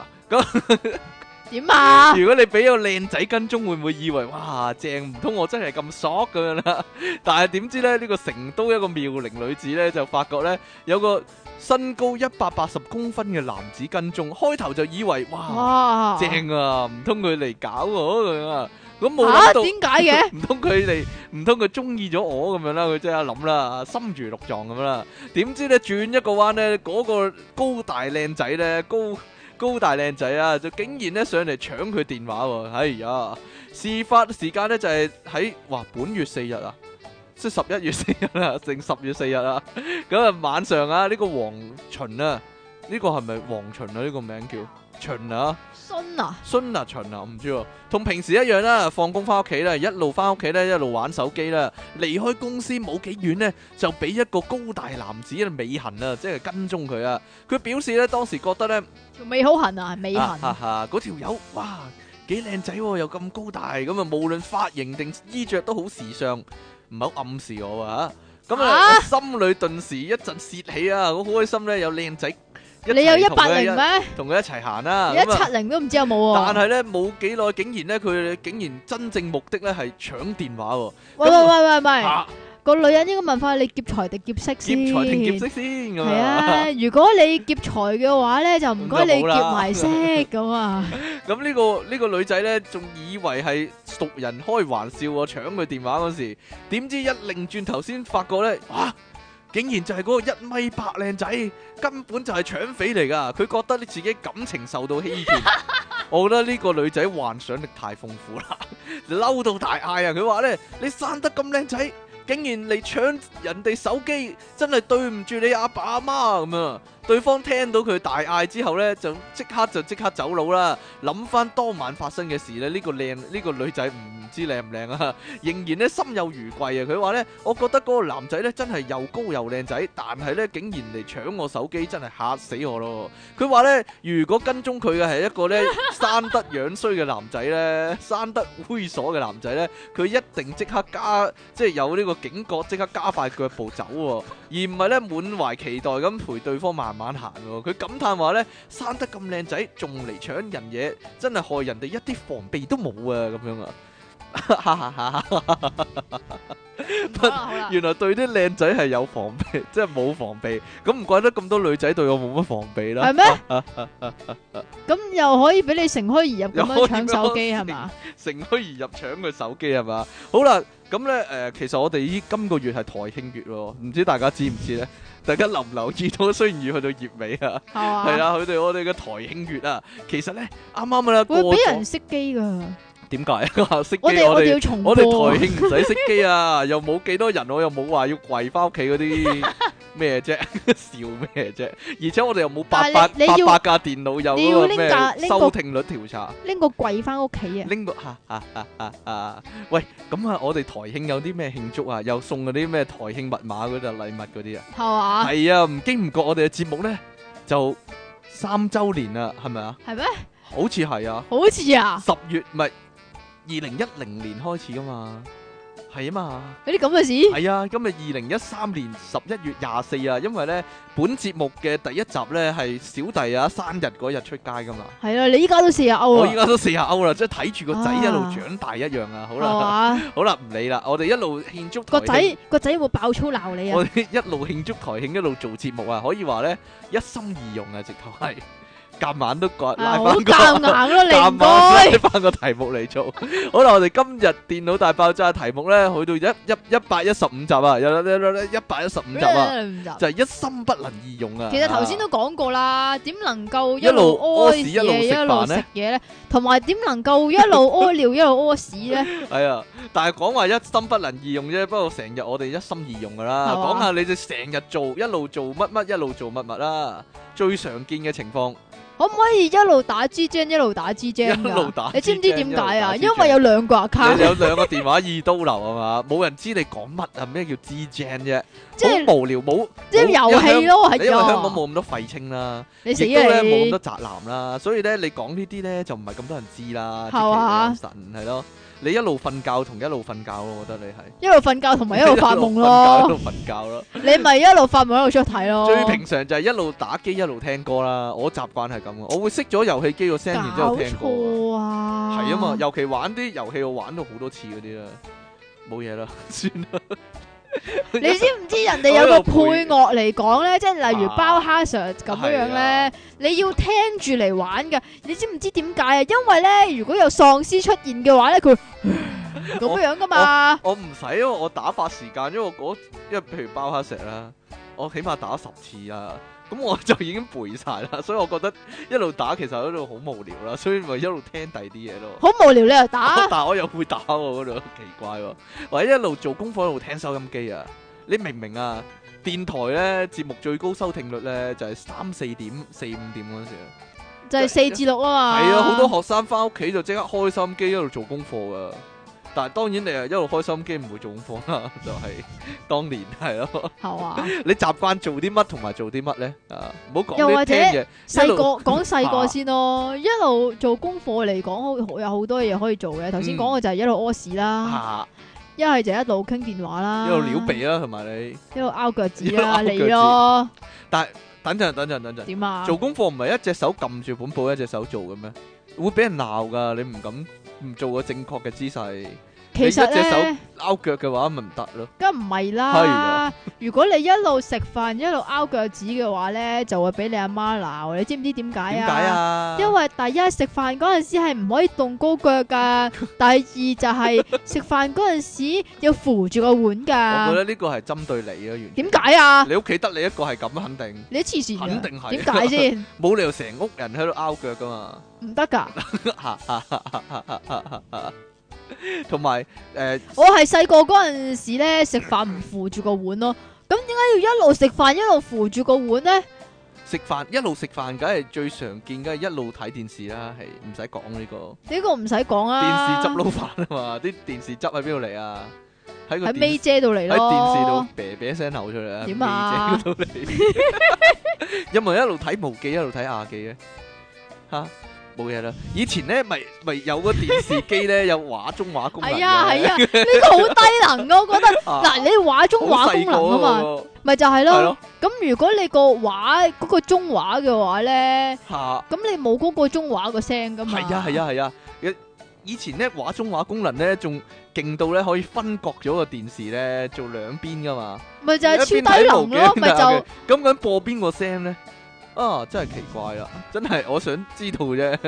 點 啊？
如果你俾個靚仔跟蹤，會唔會以為哇正？唔通我真係咁索咁樣啦？ 但係點知咧，呢、個成都一個妙齡女子咧，就發覺咧有個身高一百八十公分嘅男子跟蹤，開頭就以為哇
哇！
正啊，唔通佢嚟搞我咁樣啊？咁冇
嚇
諗到，
點解嘅？
唔通佢哋唔通佢中意咗我咁樣啦？佢即刻諗啦，心如鹿撞咁啦。點知咧轉一個彎咧，嗰、個高大靚仔咧，高高大靚仔啊，就竟然咧上嚟搶佢電話喎、哎呀，事發時間咧就係、喺哇本月四日啊。即係十一月 四日啦，定十月四日啦。咁啊晚上啊，呢、個黃秦啊，呢、個係咪黃秦啊？呢、個名叫秦啊。
信啊？
春啊巡啊，唔知喎，同平時一樣啦，放工翻屋企啦，一路翻屋企咧，一路玩手機啦，離開公司冇幾遠呢，就俾一個高大男子嘅尾痕啊，即係跟蹤佢啊。佢表示咧，當時覺得咧，
條尾好痕啊，尾
啊
痕
哈哈，嗰條友哇幾靚仔喎，又咁高大，咁啊無論髮型定衣着都好時尚，唔好暗示我啊嚇。咁啊，
啊
我心裏頓時一陣泄氣啊，好開心咧，有靚仔一齊同佢一，
你有一八零咩？
同佢一齊行啦。
你一
咁啊
七零都唔知有冇
但
喎？
係咧冇幾耐，竟然咧佢竟然真正目的咧係搶電話喎，
喂喂喂喂喂！
嚇
個女人應該問翻你劫財定劫色
劫
先。
財定劫色先咁
係
啊！
啊，如果你劫財嘅話咧，就唔該你
咁就冇
劫
啦
埋色 咁啊。
咁呢個呢個女仔咧仲以為係熟人開玩笑喎，搶佢電話嗰時，點知一擰轉頭先發覺咧，哇！竟然就係嗰個一米八靚仔，根本就係搶匪嚟㗎。佢覺得自己感情受到欺騙。我覺得呢個女仔幻想力太豐富啦，嬲到大嗌啊！佢話咧：你生得咁靚仔，竟然嚟搶人哋手機，真係對唔住你阿爸阿媽咁啊！對方聽到佢大嗌之後呢，就即刻就即刻走佬啦。諗翻當晚發生嘅事呢，呢、個靚呢、個女仔唔知靚唔靚啊， 仍然呢心有餘悸啊。佢話呢，我覺得嗰個男仔呢真係又高又靚仔，但係呢竟然嚟搶我手機，真係嚇死我咯。佢話呢，如果跟蹤佢嘅係一個呢生得樣衰嘅男仔呢，生得猥瑣嘅男仔呢，佢一定即刻加即係有呢個警覺，即刻加快腳步走喎、而唔係咧滿懷期待咁陪對方慢慢行喎。佢感嘆話咧，生得咁靚仔，仲嚟搶人嘢，真係害人哋一啲防備都冇啊！咁樣啊，
好啦好啦，
原來對啲靚仔係有防備，即係冇防備，咁唔怪得咁多女仔對我冇乜防備啦。
係 咩？咁又可以俾你乘虛而入咁
又
樣
可以
搶手機係嘛？
乘虛而入搶佢手機係嘛？好啦，咁咧誒，其實我哋依今個月係台慶月咯，唔知大家知唔知咧？大家留唔留意到？雖然要去到月尾啊。
係嘛？
係，啦，佢哋我哋嘅台慶月啊，其實咧啱啱啦，
會
過
俾
咗
人熄機噶。
點解 啊？熄機
我哋
我
我哋
哋
要重播
我。哋台慶唔使熄機啊，又冇幾多人，我又冇話要跪翻屋企嗰 啲咩啫，笑咩啫？而且我哋又冇八
但
百
係你你要
八百架電腦有
你要拎
嗰
架
個咩
拎
收
個
聽率調查，
拎個櫃翻屋企啊！
拎個嚇嚇嚇嚇嚇，喂，咁啊，我哋台慶有啲咩慶祝啊？又送嗰啲咩台慶密碼嗰啲啊禮物嗰啲啊？
係嘛？
係啊，唔經唔覺我哋嘅節目咧就三週年啦，係咪啊？
係咩？
好似係啊。
好似啊，
十月咪二零一零年開始噶嘛，係啊嘛，
有啲咁嘅事。
係啊，今日二零一三年十一月廿四啊，因為咧本節目嘅第一集咧係小弟啊生日嗰日出街噶嘛，
係啦，你依家都四啊歐
我依
啊，
家都四下歐啦，即係睇住個仔一路
啊
長大一樣啊，好
係
啦，
嘛？
好啦，唔理 啦，我哋一路慶祝
個
台慶
仔個仔會爆粗鬧你啊！
我哋一路慶祝台慶，一路做節目啊，可以話咧一心二用啊，直頭係夾硬都掛
啊
拉
好
翻 個
夾硬咯，你唔該
啱。翻個題目嚟做。好啦，我哋今日電腦大爆炸嘅題目咧，去到一一一百一十五集啊，有一百一十五集啊，
五集。
就係一心不能二用啊。
其實頭先都講過啦，點能夠
一路屙
屙
屎一路
嘢
食
一路
飯
食
呢
嘢咧？同埋點能夠一 路屙尿一路屙屎咧？
係啊，但係講話一心不能二用啫，不過成日我哋一心二用噶啦。
係嘛
講下你哋成日做，一路做乜乜，一路做乜乜啦。最常見嘅情況，
可唔可以一路打 G Jam 一路打 G Jam
一路打
㗎？你知唔知
G Jam，
點解啊？
一
因
路打 G Jam
為有兩個
你
account，
有兩個電話二刀流啊嘛， 冇人知你講乜啊，咩叫 G Jam 啫？
即係
好無聊，冇
即係
冇
遊戲咯，
因為
係
香
啊
港冇咁多廢青啦。
你死
亦都
啊
咧冇咁
你
多！宅男啦，所以咧你講呢啲咧就唔係咁多人知啦。
係嘛
神係咯，你一路瞓覺同一路瞓覺咯，我覺得你係
一路瞓覺同埋一路發 夢
一
咯，哦
路瞓覺一路瞓覺
你咪一路發夢一路出體
咯。
咯。
最平常就係一路打機一路聽歌啦，我習慣係咁嘅，我會熄咗遊戲機個聲，然之後
搞
聽歌㗎。
錯啊！
係啊嘛，尤其玩啲遊戲我玩到好多次嗰啲啦，冇嘢啦， 算啦。
你知唔知人哋有個配樂嚟講咧，即係例如
啊
包哈 Sir 咁樣
係啊
咧，你要聽住嚟玩噶。你知唔知點解啊？因為咧，如果有喪屍出現嘅話咧，佢 咁樣噶嘛。
我唔使，因為我打發時間，因為我嗰因為譬如包黑石啦，我起碼打十次啊，咁我就已經背晒啦，所以我覺得一路打其實喺度好無聊啦，所以咪一路聽第二啲嘢咯。
好無聊，你又 打
但係我又會打喎嗰度，奇怪喎、或者一路做功課一路聽收音機啊，你明唔明啊？電台咧節目最高收聽率咧就係三四點、四五點嗰陣時啊，
就係四至六啊嘛。
係啊，好多學生翻屋企就即刻開心機一路做功課噶。但係當然你啊一路開心機唔會做功課啦， 就係、當年係咯。
係嘛。
你習慣做啲乜同埋做啲乜咧？啊，唔好
又
講呢
或者
啲嘢。
細
一路
個講細
啊
個先咯，一路做功課嚟講，好有好多嘢可以做嘅。頭先講嘅就係一路屙屎啦，
嗯啊
一係就一路傾電話啦，
一路撩鼻啦，同埋你
一路拗腳趾
一路拗
啦，
腳趾
你咯
等陣等陣等陣，
點啊？
做功課唔係一隻手撳住本簿一隻手做嘅咩？會俾人鬧噶，你唔敢唔做個正確嘅姿勢，你
其實
一隻手
咧，
拗腳嘅話咪唔得咯。
梗唔係
係
啦
啊。
如果你一路食飯一路拗腳趾嘅話咧，就會俾你阿媽鬧。你知唔知點解
點
啊？
解啊？
因為第一食飯嗰陣時係唔可以動高腳噶， 第二就係食飯嗰陣時要扶住個碗
我覺
噶。
得呢個係針對你啊，完全。
點解啊？
你屋企得你一個係咁，肯定
你黐線
肯
嘅，
定係。啊
點 解？先？
冇理由成屋人喺度拗腳噶嘛。
唔得噶，
同埋誒
我係細個嗰陣時咧食飯唔扶住個碗咯。咁點解要一路食飯一路扶住個碗咧？
食飯一路食飯，梗係最常見，梗係一路睇電視啦，係唔使講呢個。
呢個唔使講啊，
電視汁撈飯啊嘛，啲電視汁喺邊度嚟啊？喺個
喺
電
尾姐度嚟
喺
咯，
電視度啤啤聲流出嚟啊！
點啊
未整到 你有冇人一路睇無記一路睇亞記嘅？吓，冇嘢啦。以前咧，咪咪有個電視機咧，有畫中畫功能嘅。
係啊係啊，呢個好低能噶，我覺得。
啊，
嗱，你畫中畫功能啊
好細個
嘛，
嗰個
咪就係
係
咯
咯。
咁如果你個畫嗰個中畫嘅話咧，
吓，
咁你冇嗰個中畫個聲噶嘛。
係啊係啊係啊。有以前咧畫中畫功能咧，仲勁到咧可以分割咗個電視咧，做兩邊噶嘛。
咪就係超
一邊睇
低能
無
咯，
記
咪就
咁咁播邊個聲咧？啊，真係奇怪啦！真係我想知道啫。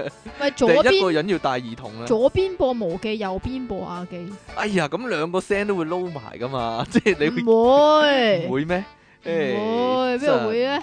咪左
第一個
邊
人要戴耳筒啦。
左邊播無記，右邊播亞記，
哎呀，咁兩個聲都會撈埋噶嘛， 即係你會
唔會
唔會咩？
唔會
誒
邊度會咧？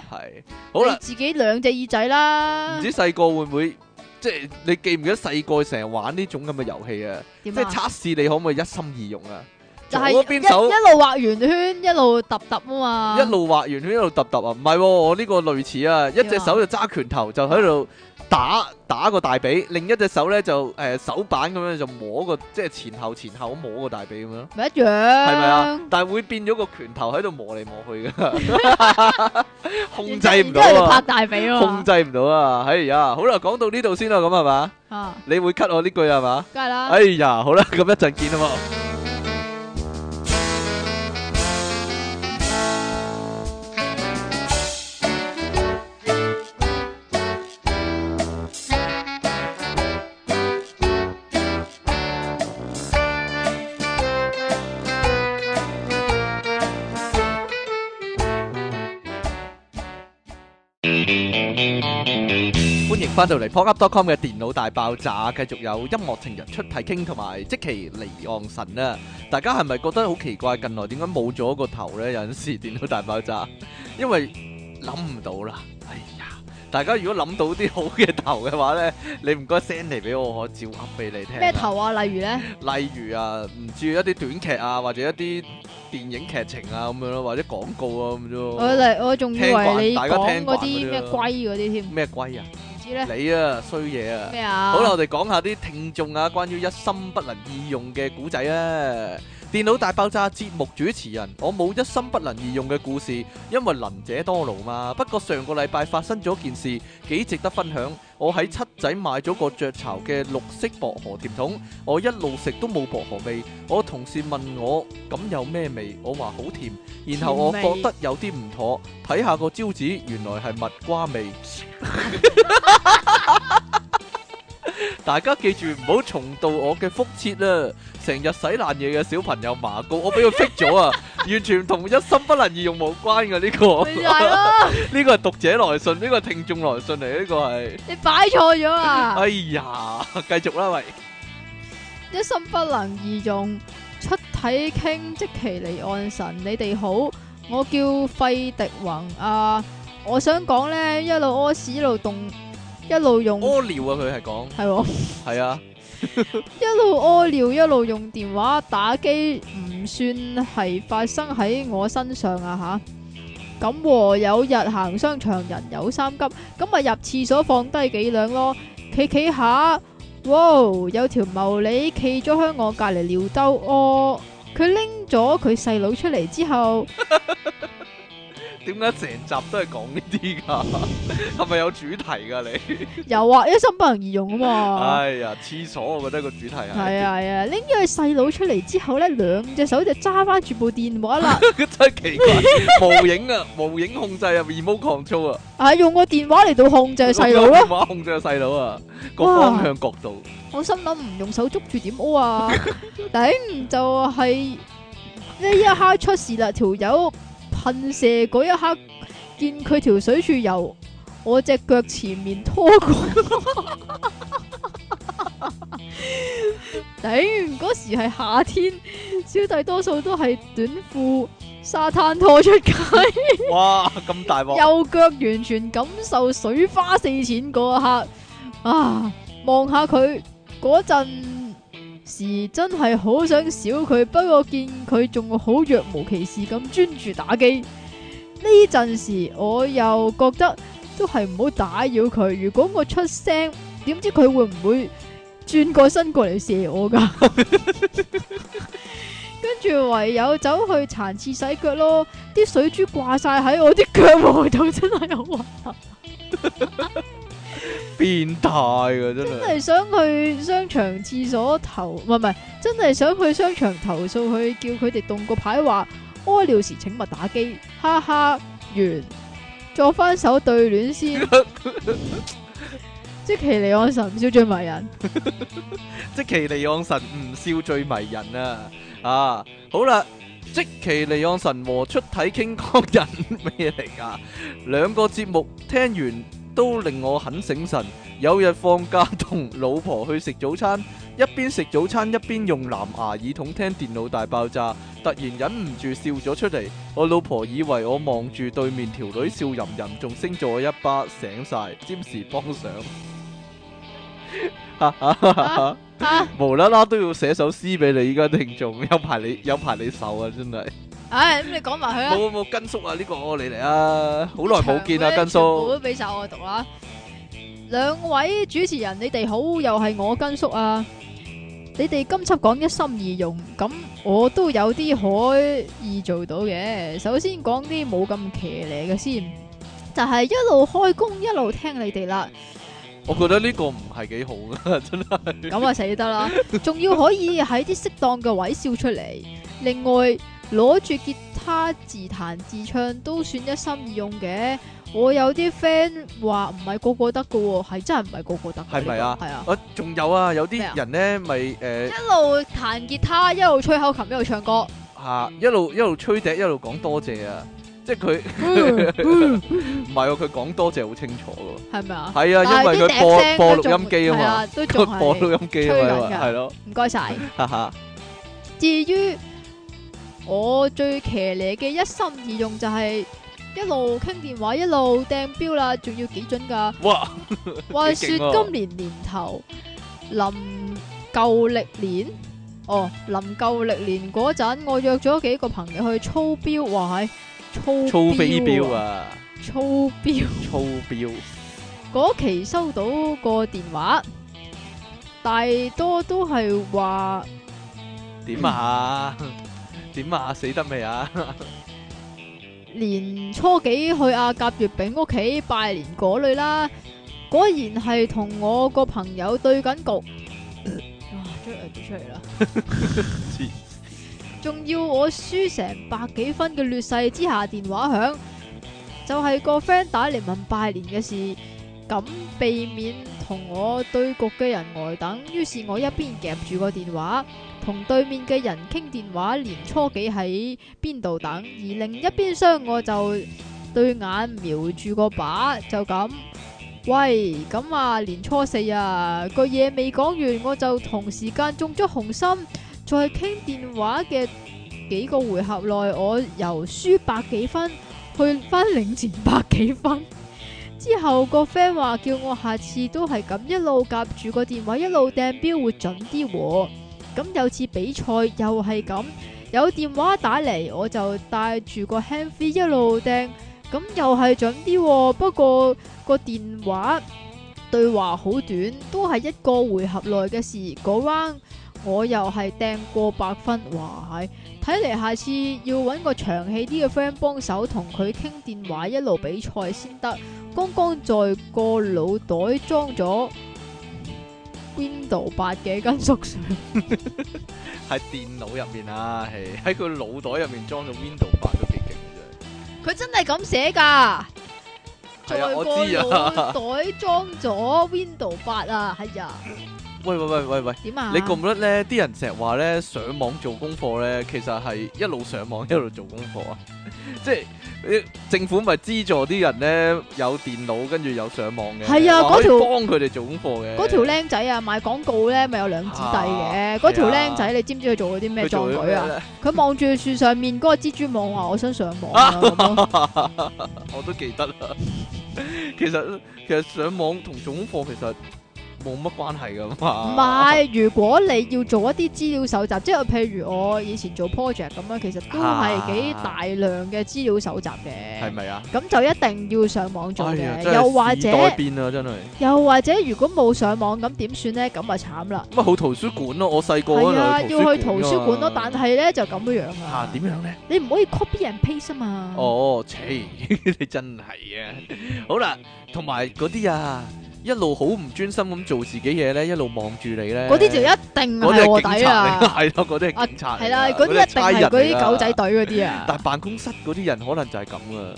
真係好
你
啦，
自己兩隻耳仔啦
唔，知細個會唔會即係你記唔記得細個成日玩呢種咁嘅遊戲啊？即
點
係
啊？
測試你可唔可以一心二用啊？
就
左
係一
邊手
一路畫圓圈，一路揼揼啊嘛，
一路畫完圈一路揼揼啊？唔係喎，我呢個類似啊，一隻手就揸拳頭就喺度打打個大髀，另一隻手咧就誒手板咁樣就摸個即係前後前後咁摸個大髀咁樣咯。
咪一樣，係
係咪啊？？但係會變咗個拳頭喺度磨嚟磨去噶， 控制唔到
然之後就拍
啊，
大髀啊
控
嘛，
制唔到啊！哎呀，好啦，講到呢度先啦，咁係嘛？
啊，
你會 cut 我呢句係嘛？
梗係啦。
哎呀，好啦，咁一陣見啊嘛。歡迎翻到嚟 p o p u p c o m 嘅電腦大爆炸，繼續有音樂情人出體傾同埋即其離岸神啦、大家係咪覺得好奇怪？近來點解冇咗個頭呢？有陣時電腦大爆炸，因為諗唔到啦。哎呀，大家如果諗到啲好嘅頭嘅話呢，你唔該 send 嚟俾我，我照噏俾你聽。
咩？頭啊？例如咧，
例如啊，唔知一啲短劇啊，或者一啲電影劇情啊咁樣咯，或者廣告啊咁啫
我
咯。
嚟，我仲以為你
聽慣大家
講
聽慣嗰
嗰
啲啊
啲
啦
咩龜嗰啲添，唔
咩龜啊？
知 咧
你啊，衰嘢啊！
咩啊？
好啦，我哋講下啲聽眾啊，關於一心不能二用嘅古仔啊。電腦大爆炸節目主持人，我冇一心不能二用嘅故事，因為能者多勞嘛。不過上個禮拜發生咗件事，幾值得分享。我喺七仔買咗個雀巢嘅綠色薄荷甜筒，我一路食都冇薄荷味。我同事問我咁有咩味，我話好甜，然後我
甜味
覺得有啲唔妥，睇下個招子原來係蜜瓜味。 大家記住唔好重蹈我嘅覆轍啦！成日洗爛嘢嘅小朋友麻告，我俾佢 fit 咗啊！ 完全同一心不能二用無關嘅 呢、個，
咪就係咯，
呢個係讀者來信，呢、個係聽眾來信嚟，呢、個係。
你擺錯咗啊！
哎呀，繼續啦，喂，
一心不能二用，出體傾即其離岸神，你哋好，我叫費迪宏啊，我想講咧，一路屙屎一路動，一路用
屙尿啊，佢係講，
係喎。
係啊，
一路屙尿一路用電話打機，唔算係發生喺我身上啊吓。咁喎有日行商場人有三急，咁咪入廁所放低幾兩咯，企企下，哇！有條茂利企咗喺我隔離尿兜屙，佢拎咗佢細佬出嚟之後，
點解成集都係講呢啲㗎？ 係咪有主題㗎你？
又話一心不能二用啊嘛。
哎呀，廁所我覺得個主題係，
係啊係啊，拎咗佢細佬出嚟之後呢，兩隻手就揸翻住部電話啦。
真係奇怪，無影啊，無影控制啊，remote control 啊。
啊，用個電話嚟到控制細佬
用電
咯。
話控制個細佬啊，個
哇
方向角度
我心諗唔用手捉住點屙啊？ 頂就係呢一刻出事啦，條友噴射嗰一刻，見佢條水柱由我只腳前面拖過。 頂嗰時係夏天，小弟多數都係短褲沙灘拖出街。
哇咁大鑊，
右腳完全感受水花四濺嗰一刻，啊！望下佢嗰陣時真係好想少佢，不過見佢仲好若無其事咁專注打機。呢陣時我又覺得都係唔好打擾佢。如果我出聲，點知佢會唔會轉個身過嚟射我噶？ 跟住唯有走去殘廁洗腳咯，啲水珠掛晒喺我啲腳毛度，真係好啊核突。
變態噶真
真
係。
係想去商場廁所投，唔係唔係，真係想去商場投訴佢，叫佢哋動個牌話屙尿時請勿打機，哈哈完，作翻手對聯 先。即其離岸神唔少最迷 人，
即其利昂神唔笑最迷人啊！啊，好啦，即其利昂神和出體傾江人咩嚟噶？兩個節目聽完都令我很醒神。有日放假同老婆去食早餐，一邊食早餐一邊用藍牙耳筒聽電腦大爆炸，突然忍唔住笑咗出嚟。我老婆以為我望住對面條女笑吟吟，仲升咗我一巴，醒晒，占士幫上。 哈哈哈哈
啊
無啦啦都要寫首詩俾你，依家聽眾有排你有排你受啊， 真係
唉咁你講埋佢啦。
冇冇根叔啊呢個你嚟啊，好耐冇見啊
長
根
嘅全部
叔，
都俾晒我讀啦。兩位主持人，你哋好，又係我根叔啊！你哋今輯講一心二用，咁我都有啲可以做到嘅。首先講啲冇咁騎呢嘅先，就係、一路開工一路聽你哋啦。
我覺得呢個唔係幾 好啊，真係
咁啊死得啦！仲要可以喺啲適當嘅位笑出嚟。另外攞住吉他自彈自唱都算一心二用嘅。我有啲 friend 話唔係個個得嘅喎，係真係唔係個個得㗎。
係咪啊
呢個係啊！
我仲有啊，有
咩啊
啲人咧咪誒
一路彈吉他，一路吹口琴，一路 唱歌。
嚇一路一路吹笛一路講多謝啊，即係佢 唔係喎，佢講多謝好清楚喎，
嗯係咪啊？
係啊，因為佢播播錄音機啊 嘛，，
都仲
佢播
係
錄音機啊
吹緊㗎
嘛，係咯，
唔該晒。
哈哈，
至於我最騎呢嘅一心二用就係一路傾電話一路掟標啦，仲要幾準㗎。
哇！
話
幾勁
說
喎
今年年頭臨舊歷年，哦，臨舊歷年嗰陣，我約咗幾個朋友去操標，哇係操
粗飛
標
鏢，啊，
操標
粗標
嗰期收到個電話，大多都係話
點啊？點啊？死得未啊？
年初幾去阿甲月餅屋企拜年嗰類啦，果然係同我個朋友對緊局，哇，終於嗌咗出嚟啦！仲要我輸成百幾分嘅劣勢之下，電話響，就係、個 friend 打嚟問拜年嘅事，咁避免同我對局嘅人呆等，於是我一邊夾住個電話，同對面嘅人傾電話，年初幾喺邊度等，而另啊一邊廂我就對眼瞄住個靶，就咁。喂，咁啊，年初四啊，個嘢未講完，我就同時間中咗紅心。在傾電話嘅幾個回合內，我由輸百幾分去翻領前百幾分。之後個 friend 話叫我下次都係咁一路夾住個電話一路掟標會準啲喎。咁有次比賽又係咁，有電話打嚟，我就帶住個 hand free 一路掟，咁又係準啲喎。不過個電話對話好短，都係一個回合內嘅事。嗰 round 我又係掟過百分，哇係！睇嚟下次要揾個長氣啲嘅 friend 幫手，同佢傾電話一路比賽先得。剛剛在個腦袋裝咗 Window 八嘅跟叔上，
喺電腦入面啊，係喺佢腦袋入面裝咗 Window 八都幾勁嘅
佢真係咁寫 㗎。
啫。係
在
啊，
個
我知啊。
腦袋裝咗 Window 八啊，係啊，
喂喂喂喂喂，
點啊？
你覺唔覺得咧？啲人成日話咧，上網做功課咧，其實係一路上網一路做功課啊。 即係你政府咪資助啲人咧有電腦，跟住有上網嘅，
係啊
話可以
嗰條
幫佢哋做功課嘅。
嗰條僆仔啊，賣廣告咧，咪有兩子弟
啊
嘅。嗰條
係啊
僆仔，你知唔知佢做咗啲咩
佢做
壯
咗
舉
咩
啊？
咧？
佢望住樹上面嗰個蜘蛛網話：我想上 網啊！咁樣
我都記得啦。其實其實上網同做功課其實冇乜關係噶嘛。
唔系，如果你要做一啲資料搜集，即係譬如我以前做 project 咁樣，其實都係幾大量嘅資料搜集
係
嘅。
咪啊？
咁就一定要上網做
哎呀
嘅，
真係
又或
時代
者
變啊，真係
又或者如果冇上網咁點算呢？咁咪慘啦。
咁啊，好圖書館咯，我細個嗰
係啊，
陣
要去
圖
圖
書
書館
館
咯，但係呢就咁樣
嚇
啊。
點樣咧？
你唔可以 copy and paste 啊嘛。
哦，切， 你真係啊！好啦，同埋嗰啲啊，一路好唔專心咁做自己嘢咧，一路望住你咧，
嗰啲就一定
嗰啲
係
係
卧
警
底
察
啊
嚟，， 係咯，嗰啲係警察嚟㗎，
係啦，嗰啲一定
差
係
人
嗰
嚟
啲
㗎
狗仔隊嗰啲啊。
但係辦公室嗰啲人可能就係咁啊，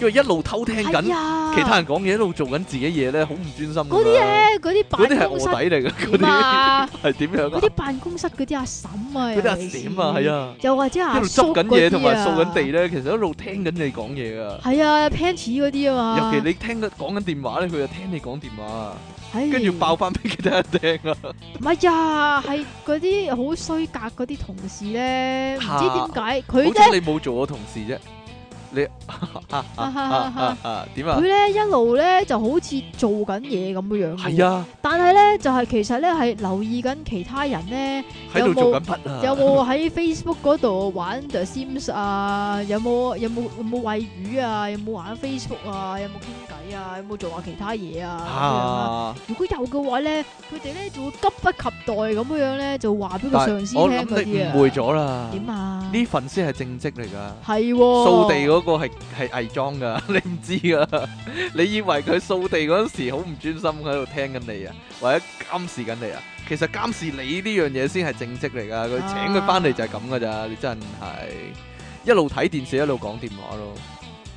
因為一路偷聽緊
係啊，
其他人講嘢，一路做緊自己嘢咧，好唔專心㗎嘛。
嗰啲咧，嗰啲
嗰啲係
辦公室
卧底嚟嘅，嗰
點
啲
啊？
係點樣
嗰
啊
啲？辦公室嗰啲阿嬸啊，
嗰啲阿
尤其是
閃啊，係，啊，
又或者
一
阿
路
叔
執緊嘢同埋
à.
掃緊地
嗰啲
咧，其實一路聽緊你講嘢啊。
啊，係啊，pants 嗰啲啊
尤
嘛，
其你聽緊講緊電話咧，佢就聽你講電話，
唉
跟住爆，翻俾其 他人聽啊！
唔係啊，係嗰啲好衰格嗰啲同事咧，唔知點解
好
佢
彩
咧，
你冇做我同事啫， 你啊啊啊點
佢
啊？
咧一路咧就好似做緊嘢咁樣樣嘅，
係啊，
但係咧就係其實咧係留意緊其他人咧
喺度做緊筆啊！
有冇喺 Facebook 嗰度玩 The Sims 啊？有冇有冇有冇喂魚啊？有冇玩 Facebook 啊？有冇傾偈啊？有冇做下其他嘢
À,
啊？咁樣啊
啊？
如果有嘅話咧，佢哋咧就會急不及待咁樣樣咧，就話俾個
但
上司聽
我
嗰
諗你
啲啊。
誤會咗啦。
點啊？
呢份先係正職嚟㗎，
係喎，
掃地嗰個係係偽裝㗎， 你唔知㗎。你以為佢掃地嗰陣時好唔專心喺度聽緊你啊，或者監視緊你啊？其實監視你呢樣嘢先係正職嚟㗎，佢請佢翻嚟就係咁㗎咋，你真係一路睇電視一路講電話咯，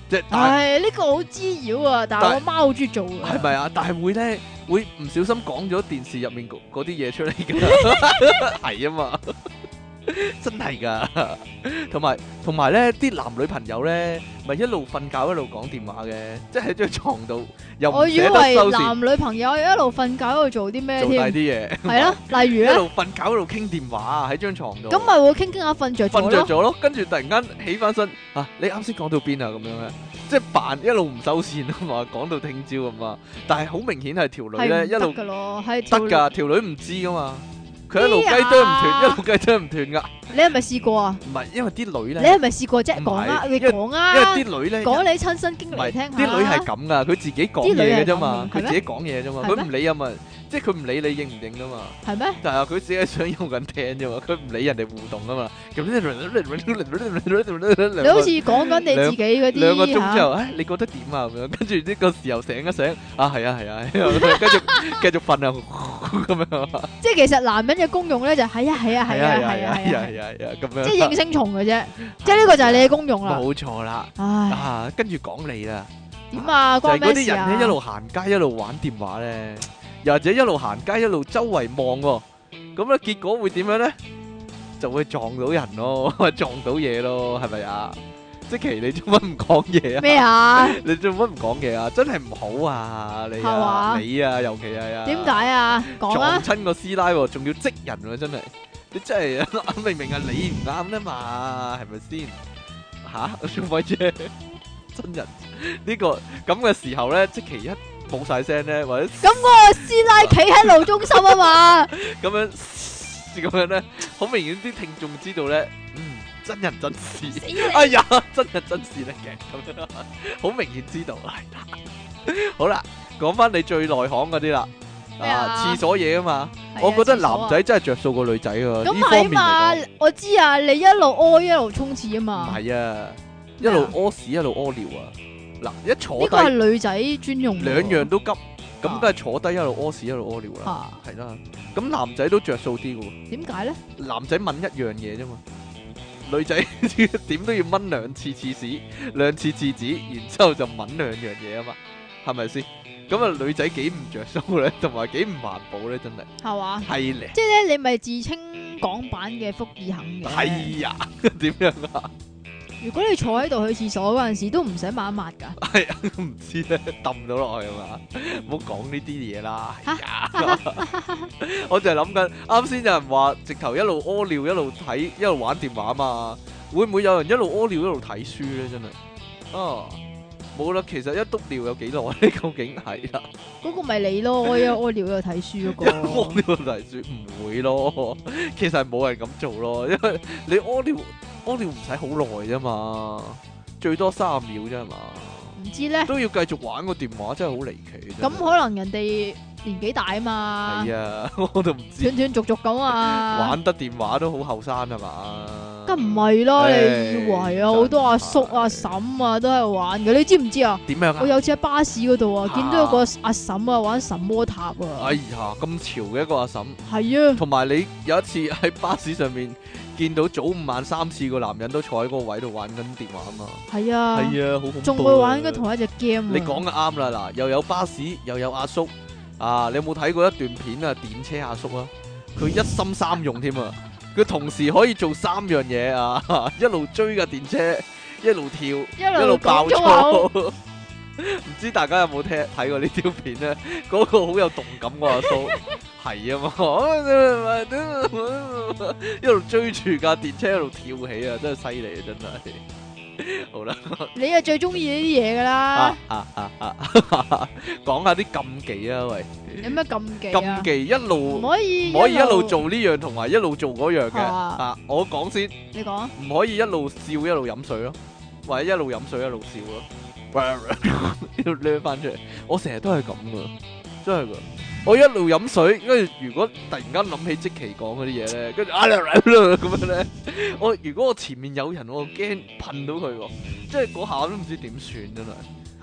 即係但
唉，呢個好滋擾啊！但
但
係我媽好中意做 啊。
係咪啊？但係會咧，會唔小心講咗電視入面嗰嗰啲嘢出嚟㗎，係啊嘛，真係㗎。同埋同埋咧，啲男女朋友咧，咪一路瞓覺一路講電話嘅，即係喺張床度又唔
我以
捨得
為
收線，
男女朋友一路瞓覺一路做啲咩
做大
添？
啲嘢，
係啦，例如
一
咧，
路瞓覺一路傾電話啊，喺張床度。
咁咪會傾傾下瞓着咗
瞓着
咯。
咗咯，跟住突然間起翻身，啊！你啱先講到邊啊？咁樣咧，即係扮一路唔收線啊嘛，講到聽朝咁啊。但係好明顯係條女咧
係
一
唔
路
得噶咯，係
得
條
㗎，條女唔知噶嘛，佢一路雞
咩啊
啄唔斷，一路雞啄唔斷㗎。
你係咪試過啊？
唔係因為啲女
你
咧，
係咪試過啫？
唔係
講啊，你
因為
講
因為
啊，
啲女咧，
講你親身經
唔
歷
係
聽下。
啲女係咁㗎，佢自己講
啲女
嘢
係
嘅啫嘛，
咁
佢
嘅
自己講嘢啫嘛，
係
佢
咩
唔理啊嘛，即係佢唔理你應唔應㗎嘛。
係咩？
但係佢只係想用緊聽啫嘛，佢唔理人哋互動啊嘛。咁
你
你
好似講緊你自己嗰啲
兩個鐘之
嚇
後，唉，你覺得點啊？咁樣跟住呢個時候醒一醒，啊係啊係啊，係啊跟住繼續瞓啊咁樣。
即係其實男人嘅功用咧就係啊係啊係啊係啊係啊，
係啊係啊咁樣。
即係應聲蟲嘅啫。即係呢個就係你嘅功用啦。
冇錯啦，
唉，
啊，跟住講你啦，
點啊？
就係
關
嗰
咩
啲
事
人咧一
啊？
路行街一路玩電話咧，又或者一路行街一路周圍望喎，咁咧結果會點樣咧？就會撞到人咯， 撞到嘢咯，係咪啊？即其你做乜唔講嘢啊？
咩啊？
你做乜唔講嘢啊？真係唔好啊！你
係
啊，
嘛
你啊，尤其係啊，
點解啊？講
撞
啊！
親個師奶喎，仲要積人喎，真係你真係 明明係你唔啱啦嘛，係咪先？吓， 做乜啫？真人呢、個咁嘅時候咧，即其一冇晒聲咧，或 者
咁嗰個師奶企喺路中心 啊嘛，
咁樣咁樣咧，好明顯啲聽眾知道咧，嗯，真人真事。哎呀，真係真事嚟嘅，咁樣好明顯知道係啦。好啦，講翻你最內行嗰啲啦，
咩啊
啊，廁所嘢啊嘛，我覺得男仔真係着啊數過女仔㗎，
咁
呢方
係
面
嘛
嚟講，
我知啊，你一路屙一路沖廁啊
唔
嘛，
係啊，一路屙屎一路屙尿啊，嗱一坐
呢
低
個係女仔專用喎。
兩樣都急，咁梗係坐低一路屙屎一路屙尿啦，
啊？
係啦，咁男仔都着數啲嘅喎，
點解咧？
男仔問一樣嘢啫嘛。女仔點都要掹兩次廁紙，兩次廁紙，然之後就掹兩樣嘢啊嘛，係 咪先？咁啊，女仔幾唔着數咧，同埋幾唔環保咧，真係
係嘛？
係咧。
即係咧，你咪自稱港版嘅福爾肯嘅。
係呀， 點樣啊？
如果你坐喺度去廁所嗰陣時，都唔使抹一抹 㗎。
唔知咧，抌到落去啊嘛！唔好講呢啲嘢啦。係呀我就係諗緊，啱先有人話直頭一路屙尿一路睇，一路玩電話嘛。會唔會有人一路屙尿一路睇書咧？真係啊，冇啦，其實一督尿有幾耐咧？究竟係啊啦，
嗰個咪你咯，我有屙尿又睇書嗰
屙
個。
尿嚟説唔會咯，其實係冇人咁做咯，因為你屙尿屙尿唔使好耐啫嘛，最多三十秒啫嘛，
唔知咧，
都要繼續玩個電話，真係好離奇。
咁可能人哋年紀大啊嘛
係，啊， 我都唔知
斷斷續續咁啊。
玩得電話都好後生係嘛？
咁唔係咯，
唉
你以為啊？好多阿叔阿
真係
嬸啊都係玩嘅，你知唔知啊？
點樣啊
我？有次喺巴士嗰度啊，
嚇
見到有個阿嬸啊玩神魔塔啊
哎，呀，咁潮嘅一個阿嬸，
係啊，
同埋你有一次喺巴士上面見到早午晚三次個男人都坐喺嗰個位度玩緊電話啊嘛，
係啊，
係啊，好恐怖啊。
仲會玩緊同一隻 game 啊。
你講嘅啱啦，嗱，又有巴士，又有阿叔，啊，你有冇睇過一段片啊？電車阿叔啊，佢一心三用添啊，佢同時可以做三樣嘢啊， 一路追架電車，一路跳。
一
一路
路
爆
講
粗
粗口，。
唔知大家有冇聽睇過呢 條片咧？嗰、個好有動感喎，阿 蘇係啊嘛， 一路追住架電車一路跳起啊，真係犀利啊，真係。好啦，
你啊最中意呢啲嘢噶啦
啊，啊啊啊， 講下啲禁忌啊，喂，
有咩禁忌啊
禁？忌一
唔
路唔
可以
可以一路，做呢樣同埋一路做嗰樣嘅
啊
啊！我講先。
你講
唔可以一路笑一路飲水咯，或者一路飲水一路笑咯， 要掠翻出嚟。我成日都係咁噶，真係噶。我一路飲水，跟住如果突然間諗起即期講嗰啲嘢咧，跟住啊啦啦啦咁樣咧，我如果我前面有人，我驚噴到佢喎，即係嗰下都唔知點算真係。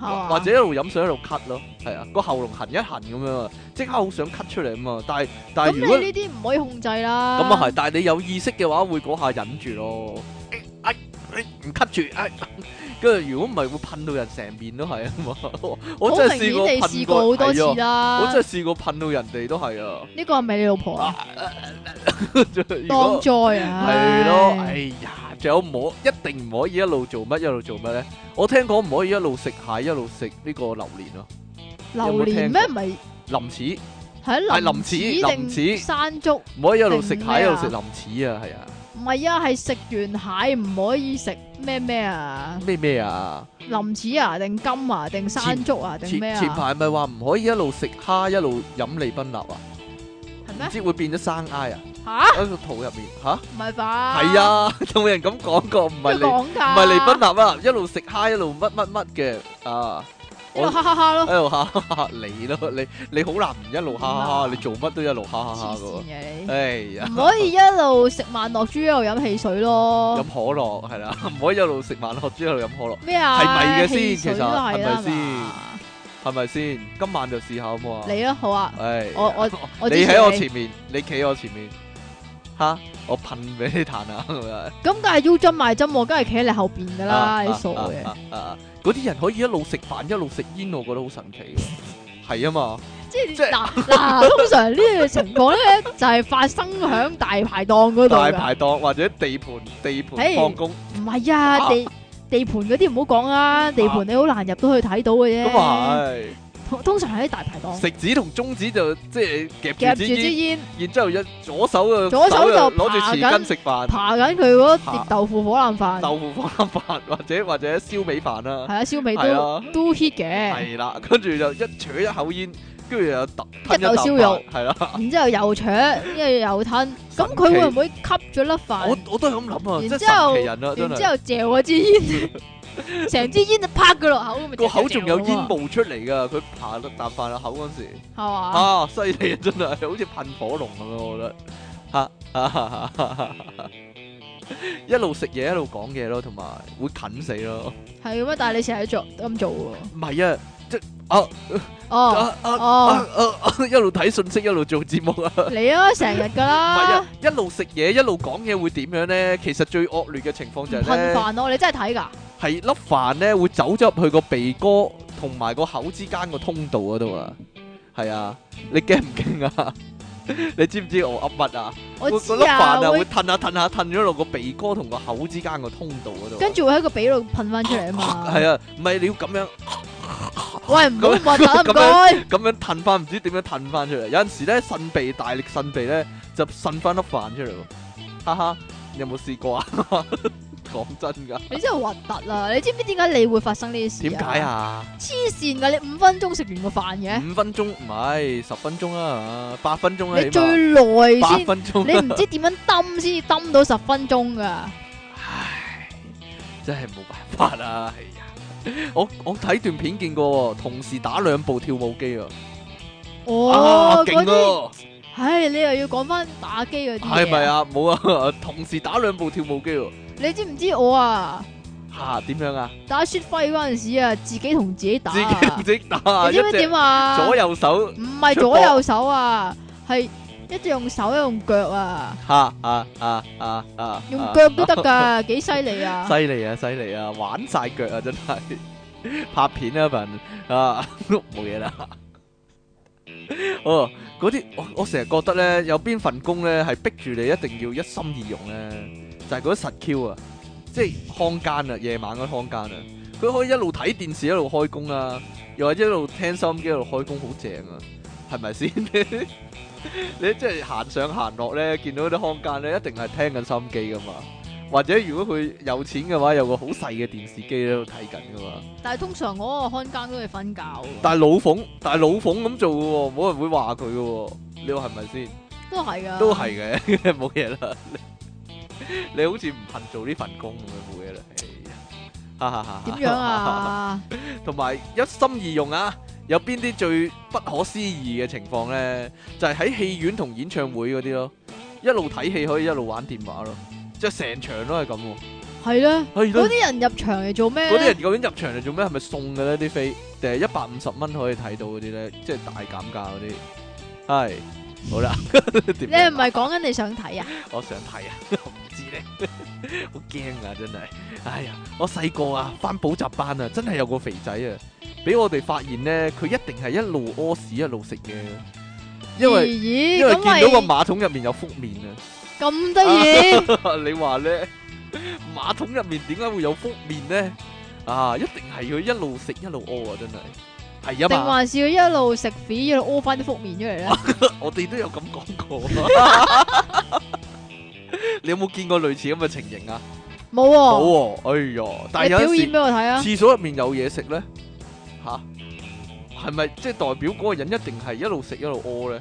係嘛
或者一路飲水一路咳咯，係啊，個喉嚨痕一痕咁樣啊，即刻好想咳出嚟啊嘛。但係但
咁
係如果
你呢啲唔可以控制啦。
咁啊係，但係你有意識嘅話，會嗰下忍住咯，哎哎哎唔吸 住，哎跟住如果唔係會噴到人成面都係啊嘛！ 我我真係試過
好明顯
噴
你試過好多次
係啊
啦。
我真係試過噴到人哋都係啊！
呢個係咪你老婆啊？
如
當
果
災啊！
係咯，哎呀，仲有唔可一定唔可以一路做乜一路做乜咧？我聽講唔可以一路食蟹一路食呢個榴蓮咯，
榴
有冇聽
蓮咩？唔係
林柿係
係
林
林
子林
子
子
定山竹？
唔可以一路食
定
蟹
咩啊
一路食林柿啊，係啊，
唔係啊，係食完蟹唔可以食咩咩啊？
咩咩啊？
林子啊，定金啊，定山竹啊，定
前
咩
前
啊？
排咪話唔可以一路食蝦一路飲利賓納啊，
係
唔
咩？
知會變咗生埃啊
吓？
喺個肚入面吓，
唔係吧？
係，啊， 有冇人咁講過？唔係
邊
利
個
唔
講㗎？
係利賓納啊，一路食蝦一路乜乜乜嘅啊，
一
我
路哈哈哈咯，
喺度哈哈哈你咯，你你好難唔一路哈哈哈，
點啊
你做乜都一路哈哈哈
黐
噶
線
喎，
嘅你。
哎呀
唔，可以一路食萬樂豬一路飲汽水
飲
咯。
可樂係啦，唔可以一路食萬樂豬一路飲可樂，
咩啊？
係咪嘅先
汽水
其實
都係啦
係咪先
嘛
係咪先？今晚就試下好唔好啊？
你啊，好啊，
唉，
我我我
你
支持
喺我前面，你企我前面，吓我噴俾你彈啊！咁樣
咁梗係 U 針埋針，我梗係企喺你後邊噶啦，你傻
啊
嘅。
啊啊啊嗰啲人可以一路食飯一路食煙，我覺得好神奇喎。係啊嘛，
即
即
係
係
嗱 嗱，通常呢個情況咧就係發生響大排檔嗰度
大
㗎，
排檔或者地盤地盤
嘿
放工
唔係啊
啊
地。地盤嗰啲唔好講啊，地盤你好難入到去睇到嘅啫。
咁啊係，
通通常喺大排檔
食指同中指就即係夾
夾
住
住
支
支
煙，
煙，
然之後一左手嘅
左手就
攞住匙羹
爬緊
食飯，
爬緊佢嗰碟豆腐火腩飯，係
豆腐火腩飯或者或者燒味飯啦，
啊，燒味
係
都
啊。
都 hit 嘅。
係啦，跟住就一扯一口煙，跟住又揼
一嚿燒肉，
係啦。
然之後又搶，跟住又吞，咁佢
神奇
會唔會吸咗粒
我
飯？
我都係咁諗啊，
然
真
之後
係神奇人啦，真
然之
係。
後嚼嗰支 煙，成支煙就啪佢落口，咁咪
個口仲有煙
煙
霧出嚟噶，佢爬得啖飯落口嗰陣時，
啊係嘛？
啊，犀利啊，真係好似噴火龍咁樣，我覺得。嚇一路食嘢一路講嘢咯，同埋會近死咯。
係咁啊！但係你成日做咁做喎。
唔係啊，即啊
哦，
啊啊
哦
啊啊！一路睇信息一路做節目啊。
你啊，成日㗎
唔係啊
啦，，
一路食嘢一路講嘢會點樣咧？其實最惡劣嘅情況
唔
就係
噴
咧。
飯咯，你真係睇㗎？
係粒飯咧會走咗入去個鼻哥同埋個口之間個通道嗰度啊，係啊，你驚唔驚啊？ 你知唔知我噏乜啊？
我
會
知
嗰粒飯
啊，
啊會
會
褪下褪下褪咗落個鼻哥同個口之間個通道嗰度啊。
跟住會喺個鼻度噴翻出嚟 啊嘛。
係啊，唔係你要咁樣
喂，唔好咁核突啊，
咁
唔該。
咁樣褪翻，唔知點樣褪翻出嚟。有陣時咧擤鼻大力擤鼻咧就擤翻粒飯出嚟喎，哈哈！有冇試過啊？ 講真㗎，
你真係核突啦！你知唔知點解你會發生呢啲事？
點解？啊？
黐線㗎！你五分鐘食完個飯嘅，
五分鐘唔係十分鐘啦，係嘛八分鐘啦，
你
起
最
碼
耐
八
先，
分鐘
你唔知點樣抌先至抌到十分鐘㗎。
唉，真係冇辦法啦，係啊！我我睇段片見過喎，同時打兩部跳舞機啊， 啊
哦，嗰
勁
啲，
咯，
唉，你又要講翻打機嗰啲嘢
係咪？啊？冇啊，同時打兩部跳舞機喎，
你知唔知我啊？
吓點樣啊？
打雪輝嗰陣時啊，自己同自己打
自己唔
啊，
識打，
你
一
知唔知
隻
點啊？
左右手
唔係左右手啊，係一隻用手一隻用腳啊，
吓啊啊啊啊，
用
啊
腳都得 㗎，幾犀利啊！
犀利啊，犀利啊，玩晒腳啊，真係拍片啊份啊，冇嘢啦。哦，嗰啲我我成日覺得咧，有邊份工咧係逼住你一定要一心二用咧，就係嗰啲實 Q 啊，即係看更啊，夜晚嗰啲看更啊，佢可以一路睇電視一路開工啊，又或者一路聽收音機一路開工，好正啊，係咪先？ 你即係行上行落咧，見到啲看更咧，一定係聽緊收音機噶嘛。或者如果佢有錢嘅話，有個好細嘅電視機喺度睇緊噶嘛。
但係通常我嗰個看更都係瞓覺㗎，
但係老馮，但係老馮咁做嘅喎，冇人會話佢嘅喎。你話係咪先？
都係㗎，
都係嘅， 冇嘢啦。你好似唔恨做呢份工咁樣，冇嘢啦。哎呀哈哈哈！
點 樣？啊？
同埋一心二用啊！有邊啲最不可思議嘅情況呢？就係喺戲院同演唱會嗰啲咯，一路睇戲可以一路玩電話咯，即係成場都係咁喎。
係咧，
係咯
嗰啲人入場嚟做咩
嗰啲
咧
人？究竟入場嚟做咩？係咪送嘅咧啲飛？定係一百五十蚊可以睇到嗰啲咧？即係大減價嗰啲。係，好啦。 你
你係咪講緊你想睇啊？
我想睇啊， 我唔知咧， 好驚啊！真係，哎呀，我細個啊，翻補習班啊，真係有個肥仔啊，俾我哋發現咧，佢一定係一路屙屎一路食嘢嘅，因為
咦，
因為
咁咪
見到個馬桶入面有覆面啊。
咁得 意，
你話咧，馬桶入面點解會有覆面咧？啊，一定係佢一路食一路屙啊！真係係
定
啊嘛，
還是佢一路食屎一路屙翻啲覆面出 嚟咧？
我哋都有咁講 過。你有冇見過類似咁嘅情形啊？
冇喎，
冇喎，哎呀！但係
你
有
表
陣
演
時
俾我睇啊！
廁所入面有嘢食咧，吓係咪即係代表嗰個人一定係一路食一路屙咧？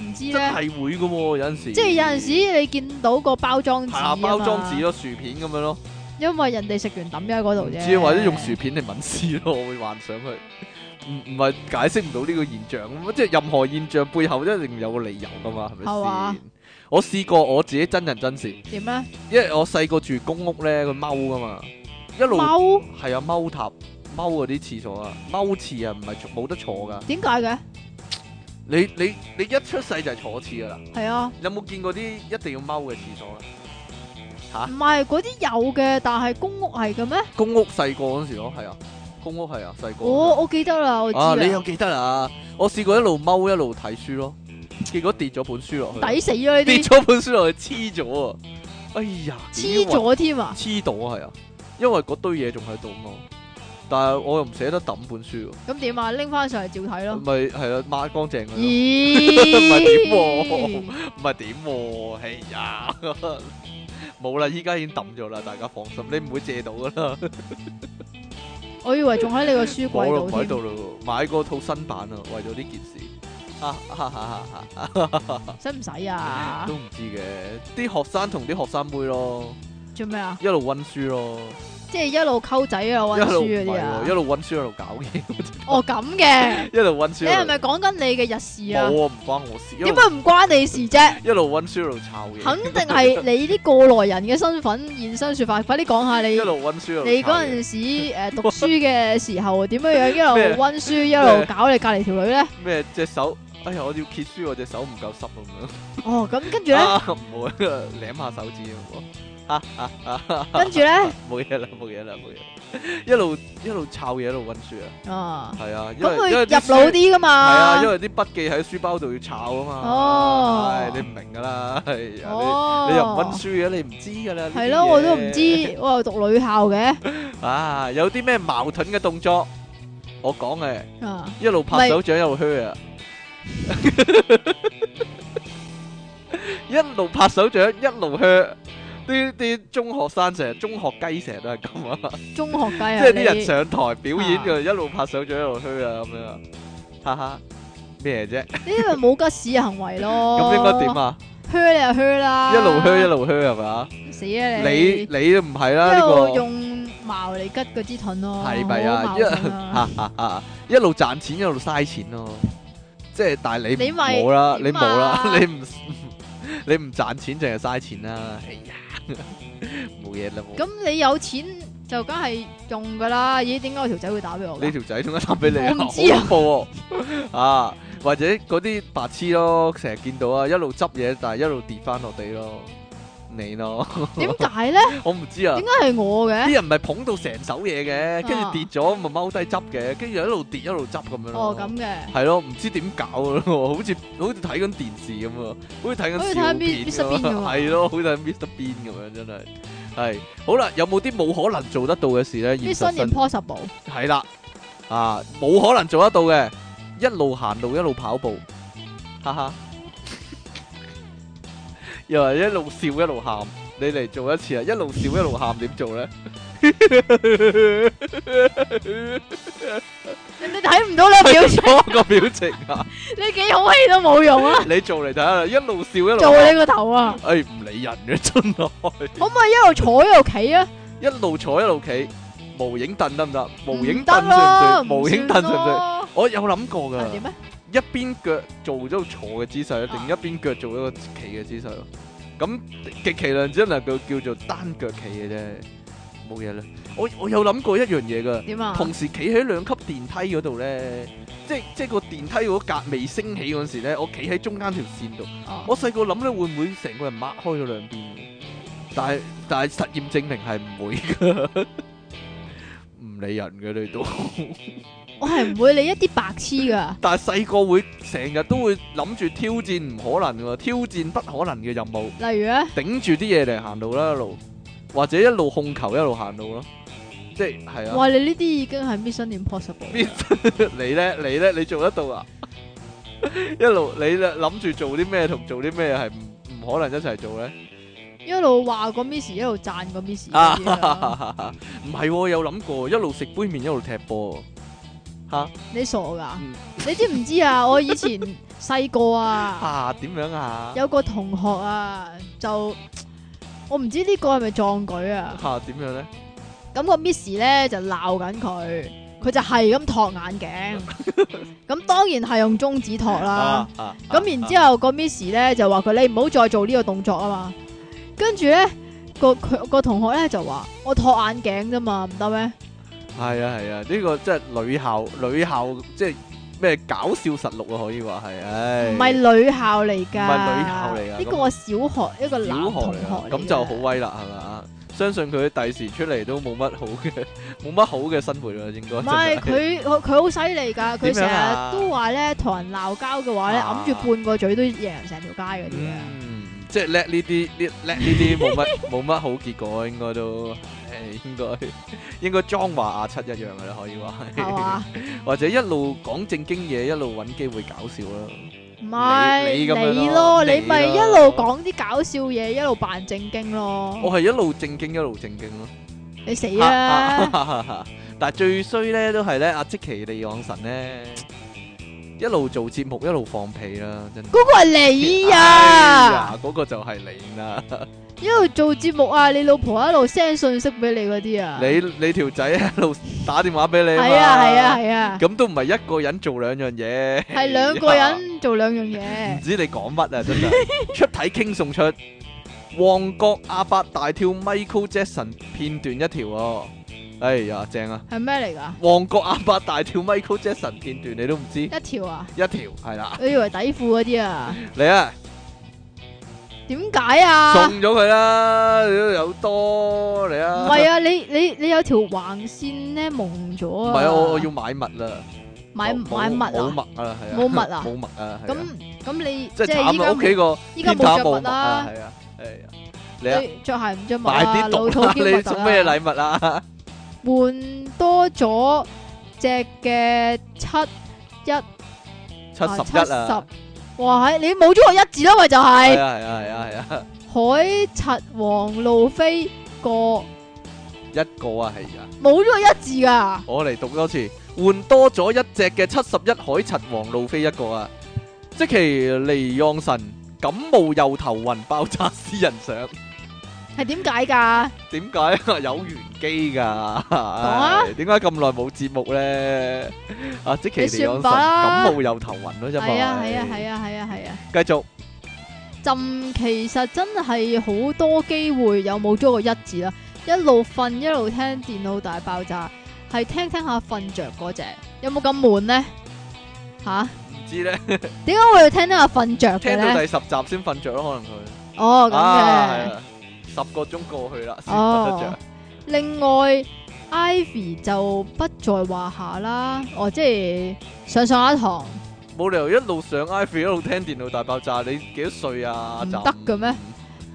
唔知
真
咧
係，會噶喎，有陣時
即係有陣時你見到個包裝紙
係啊，
啊
包裝紙
嘛
咯，薯片咁樣咯。
因為人哋食完抌咗喺嗰度
唔
啫，
知或者用薯片嚟抿屎咯，我會幻想佢唔唔係解釋唔到呢個現象，咁即係任何現象背後一定有個理由噶嘛，係
係
咪
嘛
先？我試過我自己真人真事，
點咧？
因為我細個住公屋咧，佢踎噶嘛，一路
踎
係啊踎塔踎嗰啲廁所啊，踎廁啊，唔係坐冇得坐噶。
點解嘅？
你你你一出世就係坐廁噶啦，
係啊，
有冇見過啲一定要踎嘅廁所啊？
唔係嗰啲有嘅，但係公屋係嘅咩？
公屋細個嗰陣時咯，係啊，公屋係啊，細個嗰陣時。
我我記得啦，我知
啊！你又
啦，
記得啦？我試過一路踎一路睇書咯，結果跌咗本書落去，
抵死啊呢
跌
啲，
咗本書落去黐咗啊！哎呀，
黐
點會
咗添啊！
黐到啊，係啊，因為嗰堆嘢仲喺度啊嘛。但係我又唔捨得抌本書喎，
咁點啊？拎翻上嚟照睇咯。
咪係啦，抹乾淨佢咯，
咦？
唔係點唔係點喎？哎呀， 冇啦，依家已經抌咗啦，大家放心，你唔會借到噶 啦，
我以為仲喺你個書
我
櫃
唔喺
度
度咯，買過套新版啊，為咗呢件事，哈哈哈哈哈。
添，使唔使啊
都？唔知嘅，啲學生同啲學生妹咯，
做咩啊？
一路温書咯，
即係一路溝仔啊，温
一
書
路
嗰
唔
啲
係喎一
啊？
路温書一路搞嘢，
哦咁嘅，
一路温書
你
一路。
係咪講緊你嘅日事啊？
冇啊？唔關我事，一
點
路
解唔關你事啫？
一路温書一路抄嘢，
肯 定係你啲過來人嘅身份現身說法，快啲講下 你
一路温書一路抄嘢。
你嗰陣時誒讀書嘅時候點樣樣，一
咩
路温書一路搞你隔離條女咧？
咩隻手？哎呀，我要揭書，我隻手唔夠濕咁
哦，咁跟住
樣。
咧，
啊，唔好啊， 舐下手指啊唔好啊啊啊啊！
跟住咧，
冇嘢啦，冇嘢啦，冇嘢啦。一路一路抄嘢，一路温書啊，
啊，
係啊，因
咁
為
佢
因為
入
啲書
腦啲
係啊，因
噶嘛？
為啲筆記喺書包度要抄啊嘛。
哦
唉你唔明噶啦，係啊，
哦
你你又唔温書嘅，你唔知噶啦。呢啲
Ờ. 係咯，我都唔
嘢
知，我又讀女校嘅，
啊，有啲咩矛盾嘅動作，我講嘅，
啊，
一路拍手掌一路噓啊， 一路拍手掌一路噓。啲啲中學生成日中學雞成日都係咁啊，
中學雞 啊，
即係啲人
你
上台表演就一路拍手掌一路嘘啊咁樣啊，哈哈咩啫？
呢個冇吉屎嘅行為咯。
咁應該點？啊？
靴你就靴啦，
一路嘘一路嘘係咪啊？
死啊
你
你！
你都唔係啦
一
呢
路
個。
用矛嚟吉嗰支盾咯，
係咪啊
好矛
一
盾啊
哈哈哈！ 一路賺錢一路嘥錢咯，即係但係你
你咪
冇啦，你
點
冇啦，
啊
你唔你唔賺錢淨係嘥錢啦，哎呀， 冇嘢啦， 冇
咁你有錢就梗係用噶啦，咦？點解我條仔會打俾我㗎？
呢條仔點解打俾你啊？
我
好
唔知啊
恐怖喎 啊！或者嗰啲白痴咯，成日見到啊，一路執嘢，但係一路跌翻落地咯，你咯，
點解咧？
我唔知啊
點。解係我嘅
啲？人咪捧到成手嘢嘅，跟住
啊
跌咗咪踎低執嘅，跟住一路跌一路執咁樣咯。
哦，咁嘅，
係咯，唔知點搞咯， 好似好似睇緊電視咁啊，好似睇緊
好似睇緊
笑
Mi-
片咁
Mr. Bean 咁
啊，
啊
係咯，好似睇緊 Mr. Bean 咁樣，真係係好啦。有冇啲冇可能做得到嘅事咧？現
啲
實
Mission
生
Impossible
係啦，啊冇可能做得到嘅，一路行路一路跑步，哈 哈，又係一路笑一路喊。你嚟做一次啊！一路笑一路喊，點做咧？
人哋睇唔到你 表情，
我個表情啊！
你幾好戲都冇用 啊！
你做嚟睇下啦，一路笑一路
做
喊
你個頭啊！
哎，唔理人嘅真係。
可唔可以一路坐一路企啊？
一路坐一路企，無影凳得唔得？無影
得
凳算唔
咯，
算？ 無影凳
凳
算唔算？我有諗過
啊
㗎，
點咧？
一邊腳做咗個坐嘅姿勢，定
啊
一邊腳做一個企嘅姿勢咯。咁極其量只能夠叫做單腳企嘅啫，冇嘢啦。我我有諗過一樣嘢㗎，
點啊？
同時企喺兩級電梯嗰度咧，即即個電梯嗰格未升起嗰陣時咧，我企喺中間條線度。
哦
我細個諗咧，會 唔會成個人擘開咗兩邊嘅？但係但係實驗證明係唔會噶，唔理人嘅 你都。
我係唔會理一啲白痴噶，
但係細個會成日都會諗住挑戰唔可能喎，挑戰不可能嘅任務，
例如咧，
頂住啲嘢嚟行路啦，一路或者一路控球一路行路咯，即係係啊。
哇！你呢啲已經係 Mission Impossible，
你咧你咧你做得到啊？ 一路你咧諗住做啲咩同做啲咩係唔唔可能一齊做咧？
一路話個 Miss 一路讚個 Miss，
啊，
嗰啲啊
唔係喎，有諗過一路食杯麵一路踢波，吓
你傻噶
嗯？
你知唔知 啊？我以前細個啊。
啊點樣啊？
有個同學啊，就我唔知呢個係咪壯舉啊，
吓點樣咧？
咁、個 Miss 咧就鬧緊佢，佢就係咁托眼鏡， 咁當然係用中指托啦。
啊
咁、然之後個 Miss 咧就話佢你唔好再做呢個動作啊嘛，跟住咧個佢個同學咧就話我托眼鏡啫嘛，唔得咩？
後係啊係啊，呢個即係女校女校即係咩搞笑實錄啊，可以話係，唉，
唔係女校嚟㗎，
唔係女校嚟㗎
呢個我小學一個
小
男
學
同
嚟
學
啊
嚟
咁就
㗎
好威啦，係嘛？相信佢第時出嚟都冇乜好嘅， 冇乜好嘅生活啦，應該
唔 係
真係
佢佢佢好犀利㗎，佢
點
成
樣啊
日都話咧同人鬧交嘅話咧，
啊
揞住半個嘴都贏人成條街嗰啲嘅。
嗯，即係叻呢啲呢叻呢啲冇乜冇乜好結果，應該都誒應 該應該裝華亞七一樣嘅啦，可以
係
話
嘛？
係，或者一路講正經嘢，一路揾機會搞笑啦。
唔係
你你咁樣咯
你咯，
你
你咪
咯
一路講啲搞笑嘢，一路扮正 經
我
咯。
係一路正經一路正經咯。
你死啦！
但係最衰咧都係咧阿積淇離岸神咧，一路做節目一路放屁啦，真係。
嗰個係你
哎
啊！
呀！嗰個就係你啦，
一路做節目啊，你老婆一路 send 信息俾你嗰啲啊。
你你條仔一路打電話俾你嘛
係啊係啊係啊，
咁都唔係一個人做兩樣嘢，
係兩個
呀。
人做兩 樣
唔
嘢。
知你講乜啊，真 係出體傾送出旺角阿伯大跳 Michael Jackson 片段一條喎、哎呀，正啊！
係咩嚟㗎？
旺角阿伯大跳 Michael Jackson 片段你都唔知一
一條啊？
條係啦，
我以為底褲嗰啲啊？
嚟啊，
點解啊？
送咗佢啦，你都有多嚟
唔
啊！
係啊，你你你有條橫線咧蒙咗
唔
啊！
係啊，我我要買物啦，
買
冇
買物
冇
啊！
物啊，係啊，
冇物啊
冇物啊，係啊
咁咁你
即
即
係
係依
慘
家
啊！屋企
冇
個
依家冇
天台
着
冇
物
啊
啦，
係啊，係啊，你啊。
你着鞋唔着襪
買
啊，
啲
老
毒
土
啦！
兼
你
核突
送
啊
咩？禮物啊？
換多咗隻嘅七一啊
七十一啊！
70哇！係你冇咗個一字啦，咪就
係啊係
係
啊係啊係啊！
海賊王路飛個
一個啊，係啊，
冇咗個一字噶，
我嚟讀多次，換多咗一隻嘅七十一海賊王路飛一個啊，即其離讓神感冒又頭暈爆炸私人相，
係點解㗎？
點解啊？ 有玄機㗎，
啊
唉點解咁耐冇節目咧？啊，即其
你
離讓神
算吧啦
感冒又頭暈咯，因為
係啊係啊係啊係啊係啊！
繼續
朕其實真係好多機會有冇咗個一字啦，一路瞓一路聽電腦大爆炸，係聽聽下瞓着嗰只，有冇咁悶呢？吓、
唔知 咧，
點解我要聽聽下瞓着嘅
聽到
呢？
第十集先瞓着咯，可能佢。
哦，咁嘅。
啊，係啊十個鐘過去啦，先瞓得着
哦。另外，Ivy 就不在話下啦。哦，即係上上一堂
冇理由一路上 iPhone 一路聽電腦大爆炸，你幾多歲啊？
唔
就
得嘅咩？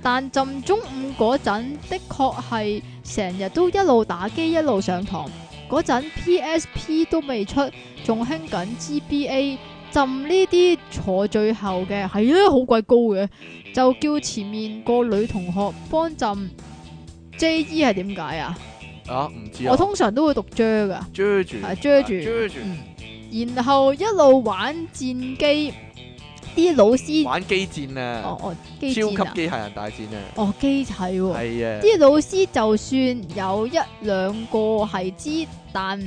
但朕中午嗰陣的確係成日都一路打機一路上堂。嗰陣 PSP 都未出，仲興緊 GBA。朕呢啲坐最後嘅係啊，好鬼高嘅，就叫前面個女同學幫朕。J.E 係點解啊？
啊，唔知
我
啊，
通常都會讀 J 噶，
追住，
係 J 住。
追住，
嗯，然後一路玩戰機，啲老師
玩機戰啊
哦，哦
超
機
級
戰啊，
機械人大戰啊，
哦機體喎、
係啊，
啲老師就算有一兩個係知，但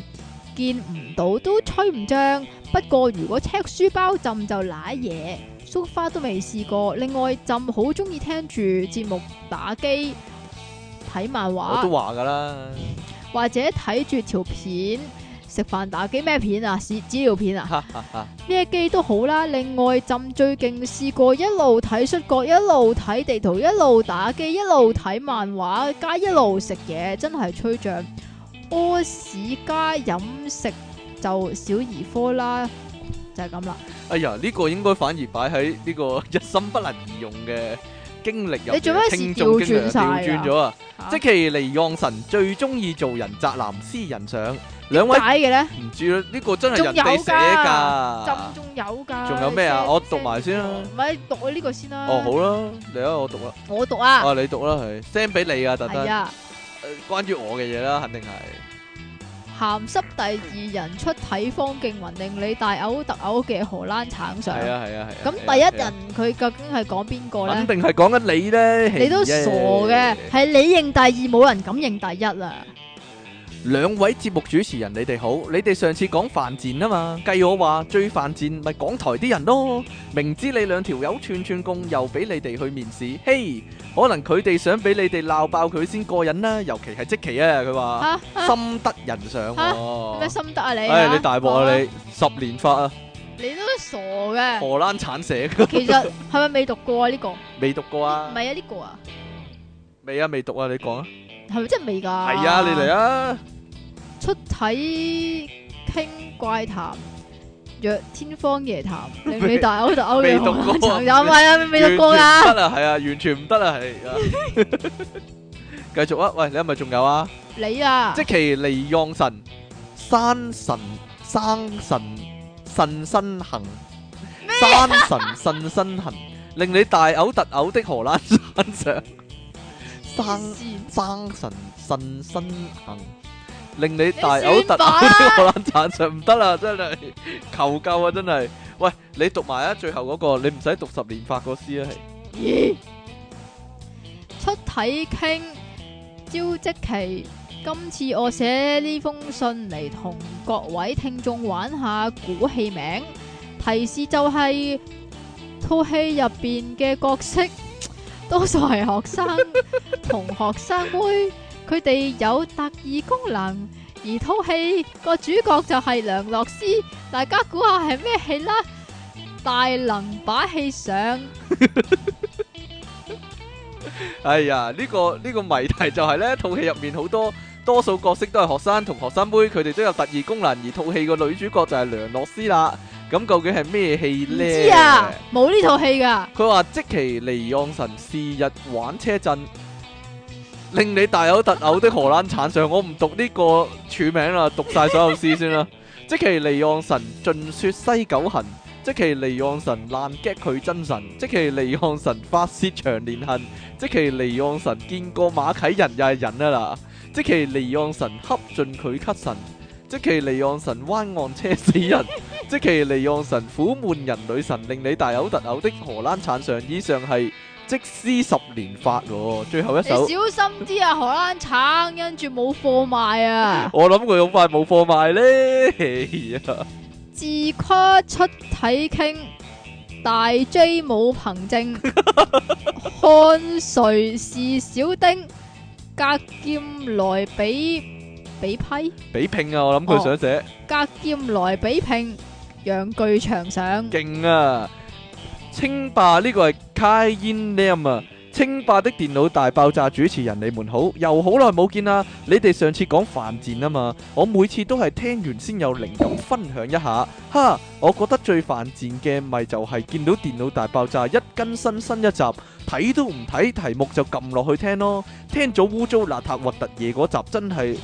見唔到都吹唔脹。不過如果赤書包浸就瀨嘢，蘇花都未試過。另外浸好中意聽住節目打機、睇漫
我都
畫
話噶啦，
或者睇住條片食飯打機咩片啊？屎紙尿片啊？
哈哈哈
咩機都好啦。另外，朕最勁試過一路睇摔角，一路睇地圖，一路打機，一路睇漫畫，加一路食嘢，真係吹脹。屙屎加飲食就小兒科啦，就係咁啦。
哎呀，呢個應該反而擺喺呢個一心不能二用嘅經歷入邊，
你做咩事
聽眾經歷
調轉
啊
晒啊
調轉咗啊！
啊
即其離讓神最中意做人宅男私人相，兩位
點解嘅咧？
唔知啦，呢個真係人
仲
哋
有
寫
㗎朕
㗎。
仲有㗎。
啊仲有咩啊
你 send-
我讀埋先啦
send 唔係讀我呢個先啦。
哦，好，啦，你啊，我讀啦，
我讀啊。
啊，你讀啦，係 send 俾你啊，特登
係，啊。
誒關於我嘅嘢啦，肯定係
鹹濕第二人出體方敬雲令你大嘔特嘔嘅荷蘭橙上。
係啊係啊係啊。
咁
係啊
第一，
係啊
人佢究竟係講邊個
肯
咧？
定係講緊你咧，
你都
係
傻嘅，係你認第二，冇人敢認第一啦。
兩位節目主持人，你哋好，你哋上次講犯賤啊嘛，計我話最犯賤咪港台啲人咯，明知你兩條友串串共，又俾你哋去面試，嘿，可能佢哋想俾你哋鬧爆佢先過癮啦，尤其係即期啊，佢話
吓
心得人上喎，
咩心得啊你？
唉，你大鑊啊
嚇！
你，十年法啊，
你都傻嘅。
荷蘭產寫
其實係咪未讀過啊？呢個唔
未讀過啊？
係啊，呢個啊，
未啊，未讀啊，你講啊。
係咪真係未㗎？係
係啊，你嚟！啊。
出體傾怪談。若天 方夜譚，令你大嘔特嘔
未
嘅
讀過
荷蘭橙，有咪啊？未讀過
完全唔，
㗎
得啊，係啊，完全唔得啊， 係啊。繼續啊， 喂，你係咪仲有啊？
你啊
即，其離讓神山神生神神身行，山神神身行，令你大嘔特嘔的荷蘭山上生。
善
生神神身行，令你
你
大嘔 特
算吧
嘔呢個爛殘上唔得啦，真係求救啊！真係，喂，你讀埋啊，最後嗰、個你唔使讀十年法個詩啊，係
咦出體傾招積奇，今次我寫呢封信嚟同各位聽眾玩下估戲名，提示就係套戲入邊嘅角色，多數係學生同學生妹，佢哋有特異功能。而套戲個主角就係梁洛施，大家估下係咩戲啦？大能把戲上。
哎呀，呢、個呢、個謎題就係呢套戲入面好多多數角色都係學生同學生妹，佢哋都有特異功能，而套戲個女主角就係梁洛施啦。咁究竟係咩戲
唔
呢？
知啊，冇呢套戲噶，
佢話即其離讓神是日玩車震，令你大有特嘔的荷蘭產上。我唔讀呢個 署名啦，讀晒所有詩先啦。即其離讓神盡雪西九行，即其離岸神爛擊佢真神，即其離岸神發泄長年恨，即其離岸神見過馬啟仁又係人啊嗱，即其離岸神恰盡佢咳神，即其離岸神彎岸車死人， 即其離岸神苦悶人女神令你大嘔特嘔的荷蘭產上，以上係即施十連發喎，最後一
你
首，
小。心啲啊，荷蘭橙，跟住冇貨賣啊
我諗佢好快冇貨賣咧，哎呀
自誇出體傾，大 J 冇憑證，看誰是小丁，隔劍來比比批，
比拼啊！我諗佢想寫。
隔劍來比拼，洋具長上。
勁啊！清霸呢個係 Kain Lam 啊！清霸的電腦大爆炸主持人，你們好，又好耐冇見啦！你哋上次講犯賤啊嘛，我每次都係聽完先有靈感分享一下。哈，我覺得最犯賤嘅咪就係見到電腦大爆炸一更新新一集，睇都唔睇題目就撳落去聽咯。聽咗污糟邋遢核突嘢嗰集，真係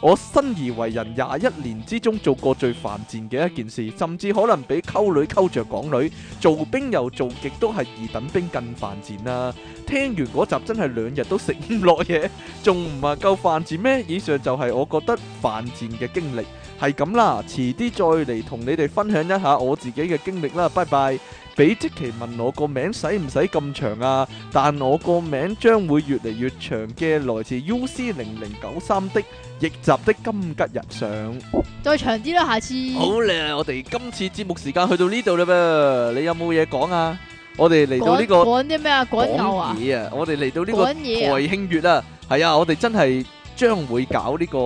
我生而為人廿一年之中做過最犯賤嘅一件事，甚至可能比溝女溝着港女，做兵又做極都係二等兵更犯賤啦。聽完嗰集真係兩日都食唔落嘢， 仲唔係夠犯賤咩？以上就係我覺得犯賤嘅經歷，係咁啦。遲啲再嚟同你哋分享一下我自己嘅經歷啦。拜拜。俾即期問我個名使唔使咁長啊？但我個名將會越嚟越長嘅，來自 U C 零零九三的逆襲的金吉日上。
再長啲啦，下次。
好啦，我哋今次節目時間去到呢度啦噃，你有冇嘢講啊？我哋嚟到呢個
趕啲咩啊？趕牛啊
講？嘢啊，我哋嚟到呢個
趕嘢啊？
台慶月啊，係啊，我哋真係將會搞呢個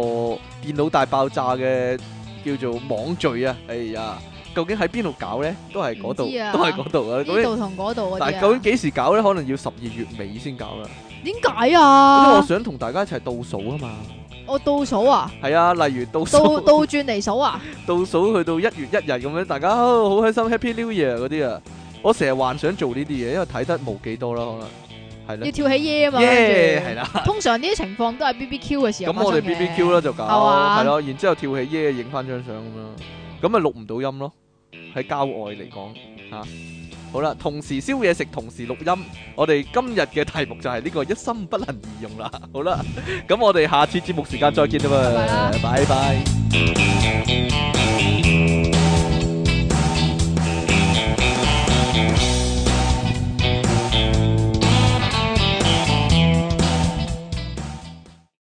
電腦大爆炸嘅叫做網聚啊，哎呀，究竟喺邊度搞呢？都係嗰度，
唔知啊
都係嗰度啊，究竟
呢度同嗰度嗰啲
但
啊
係究竟幾時搞呢？可能要十二月尾先搞啦，
點解
因為我
啊？
想同大家一齊倒數啊嘛，
我倒 數啊，
係啊，例如倒
倒
數。
倒轉嚟 數啊，
倒數去到一月一日咁樣，大家哦好開心 Happy New Year 嗰啲啊！我成日幻想做呢啲嘢，因為睇得冇幾多啦，可能
要
係
跳起耶啊嘛。
啦，耶係
啦。
啦，
通常呢啲情況都係 B B Q 嘅時候。
咁我哋 B B Q 啦。就搞
係嘛
係咯，然之後跳起耶影翻張相咁咯，咁咪錄唔到音咯，喺郊外嚟講嚇。好啦，同時燒嘢食，同時錄音。我哋今日嘅題目就係呢個一心不能二用啦。好啦，咁我哋下次節目時間再見啦
拜啦
喎，拜拜。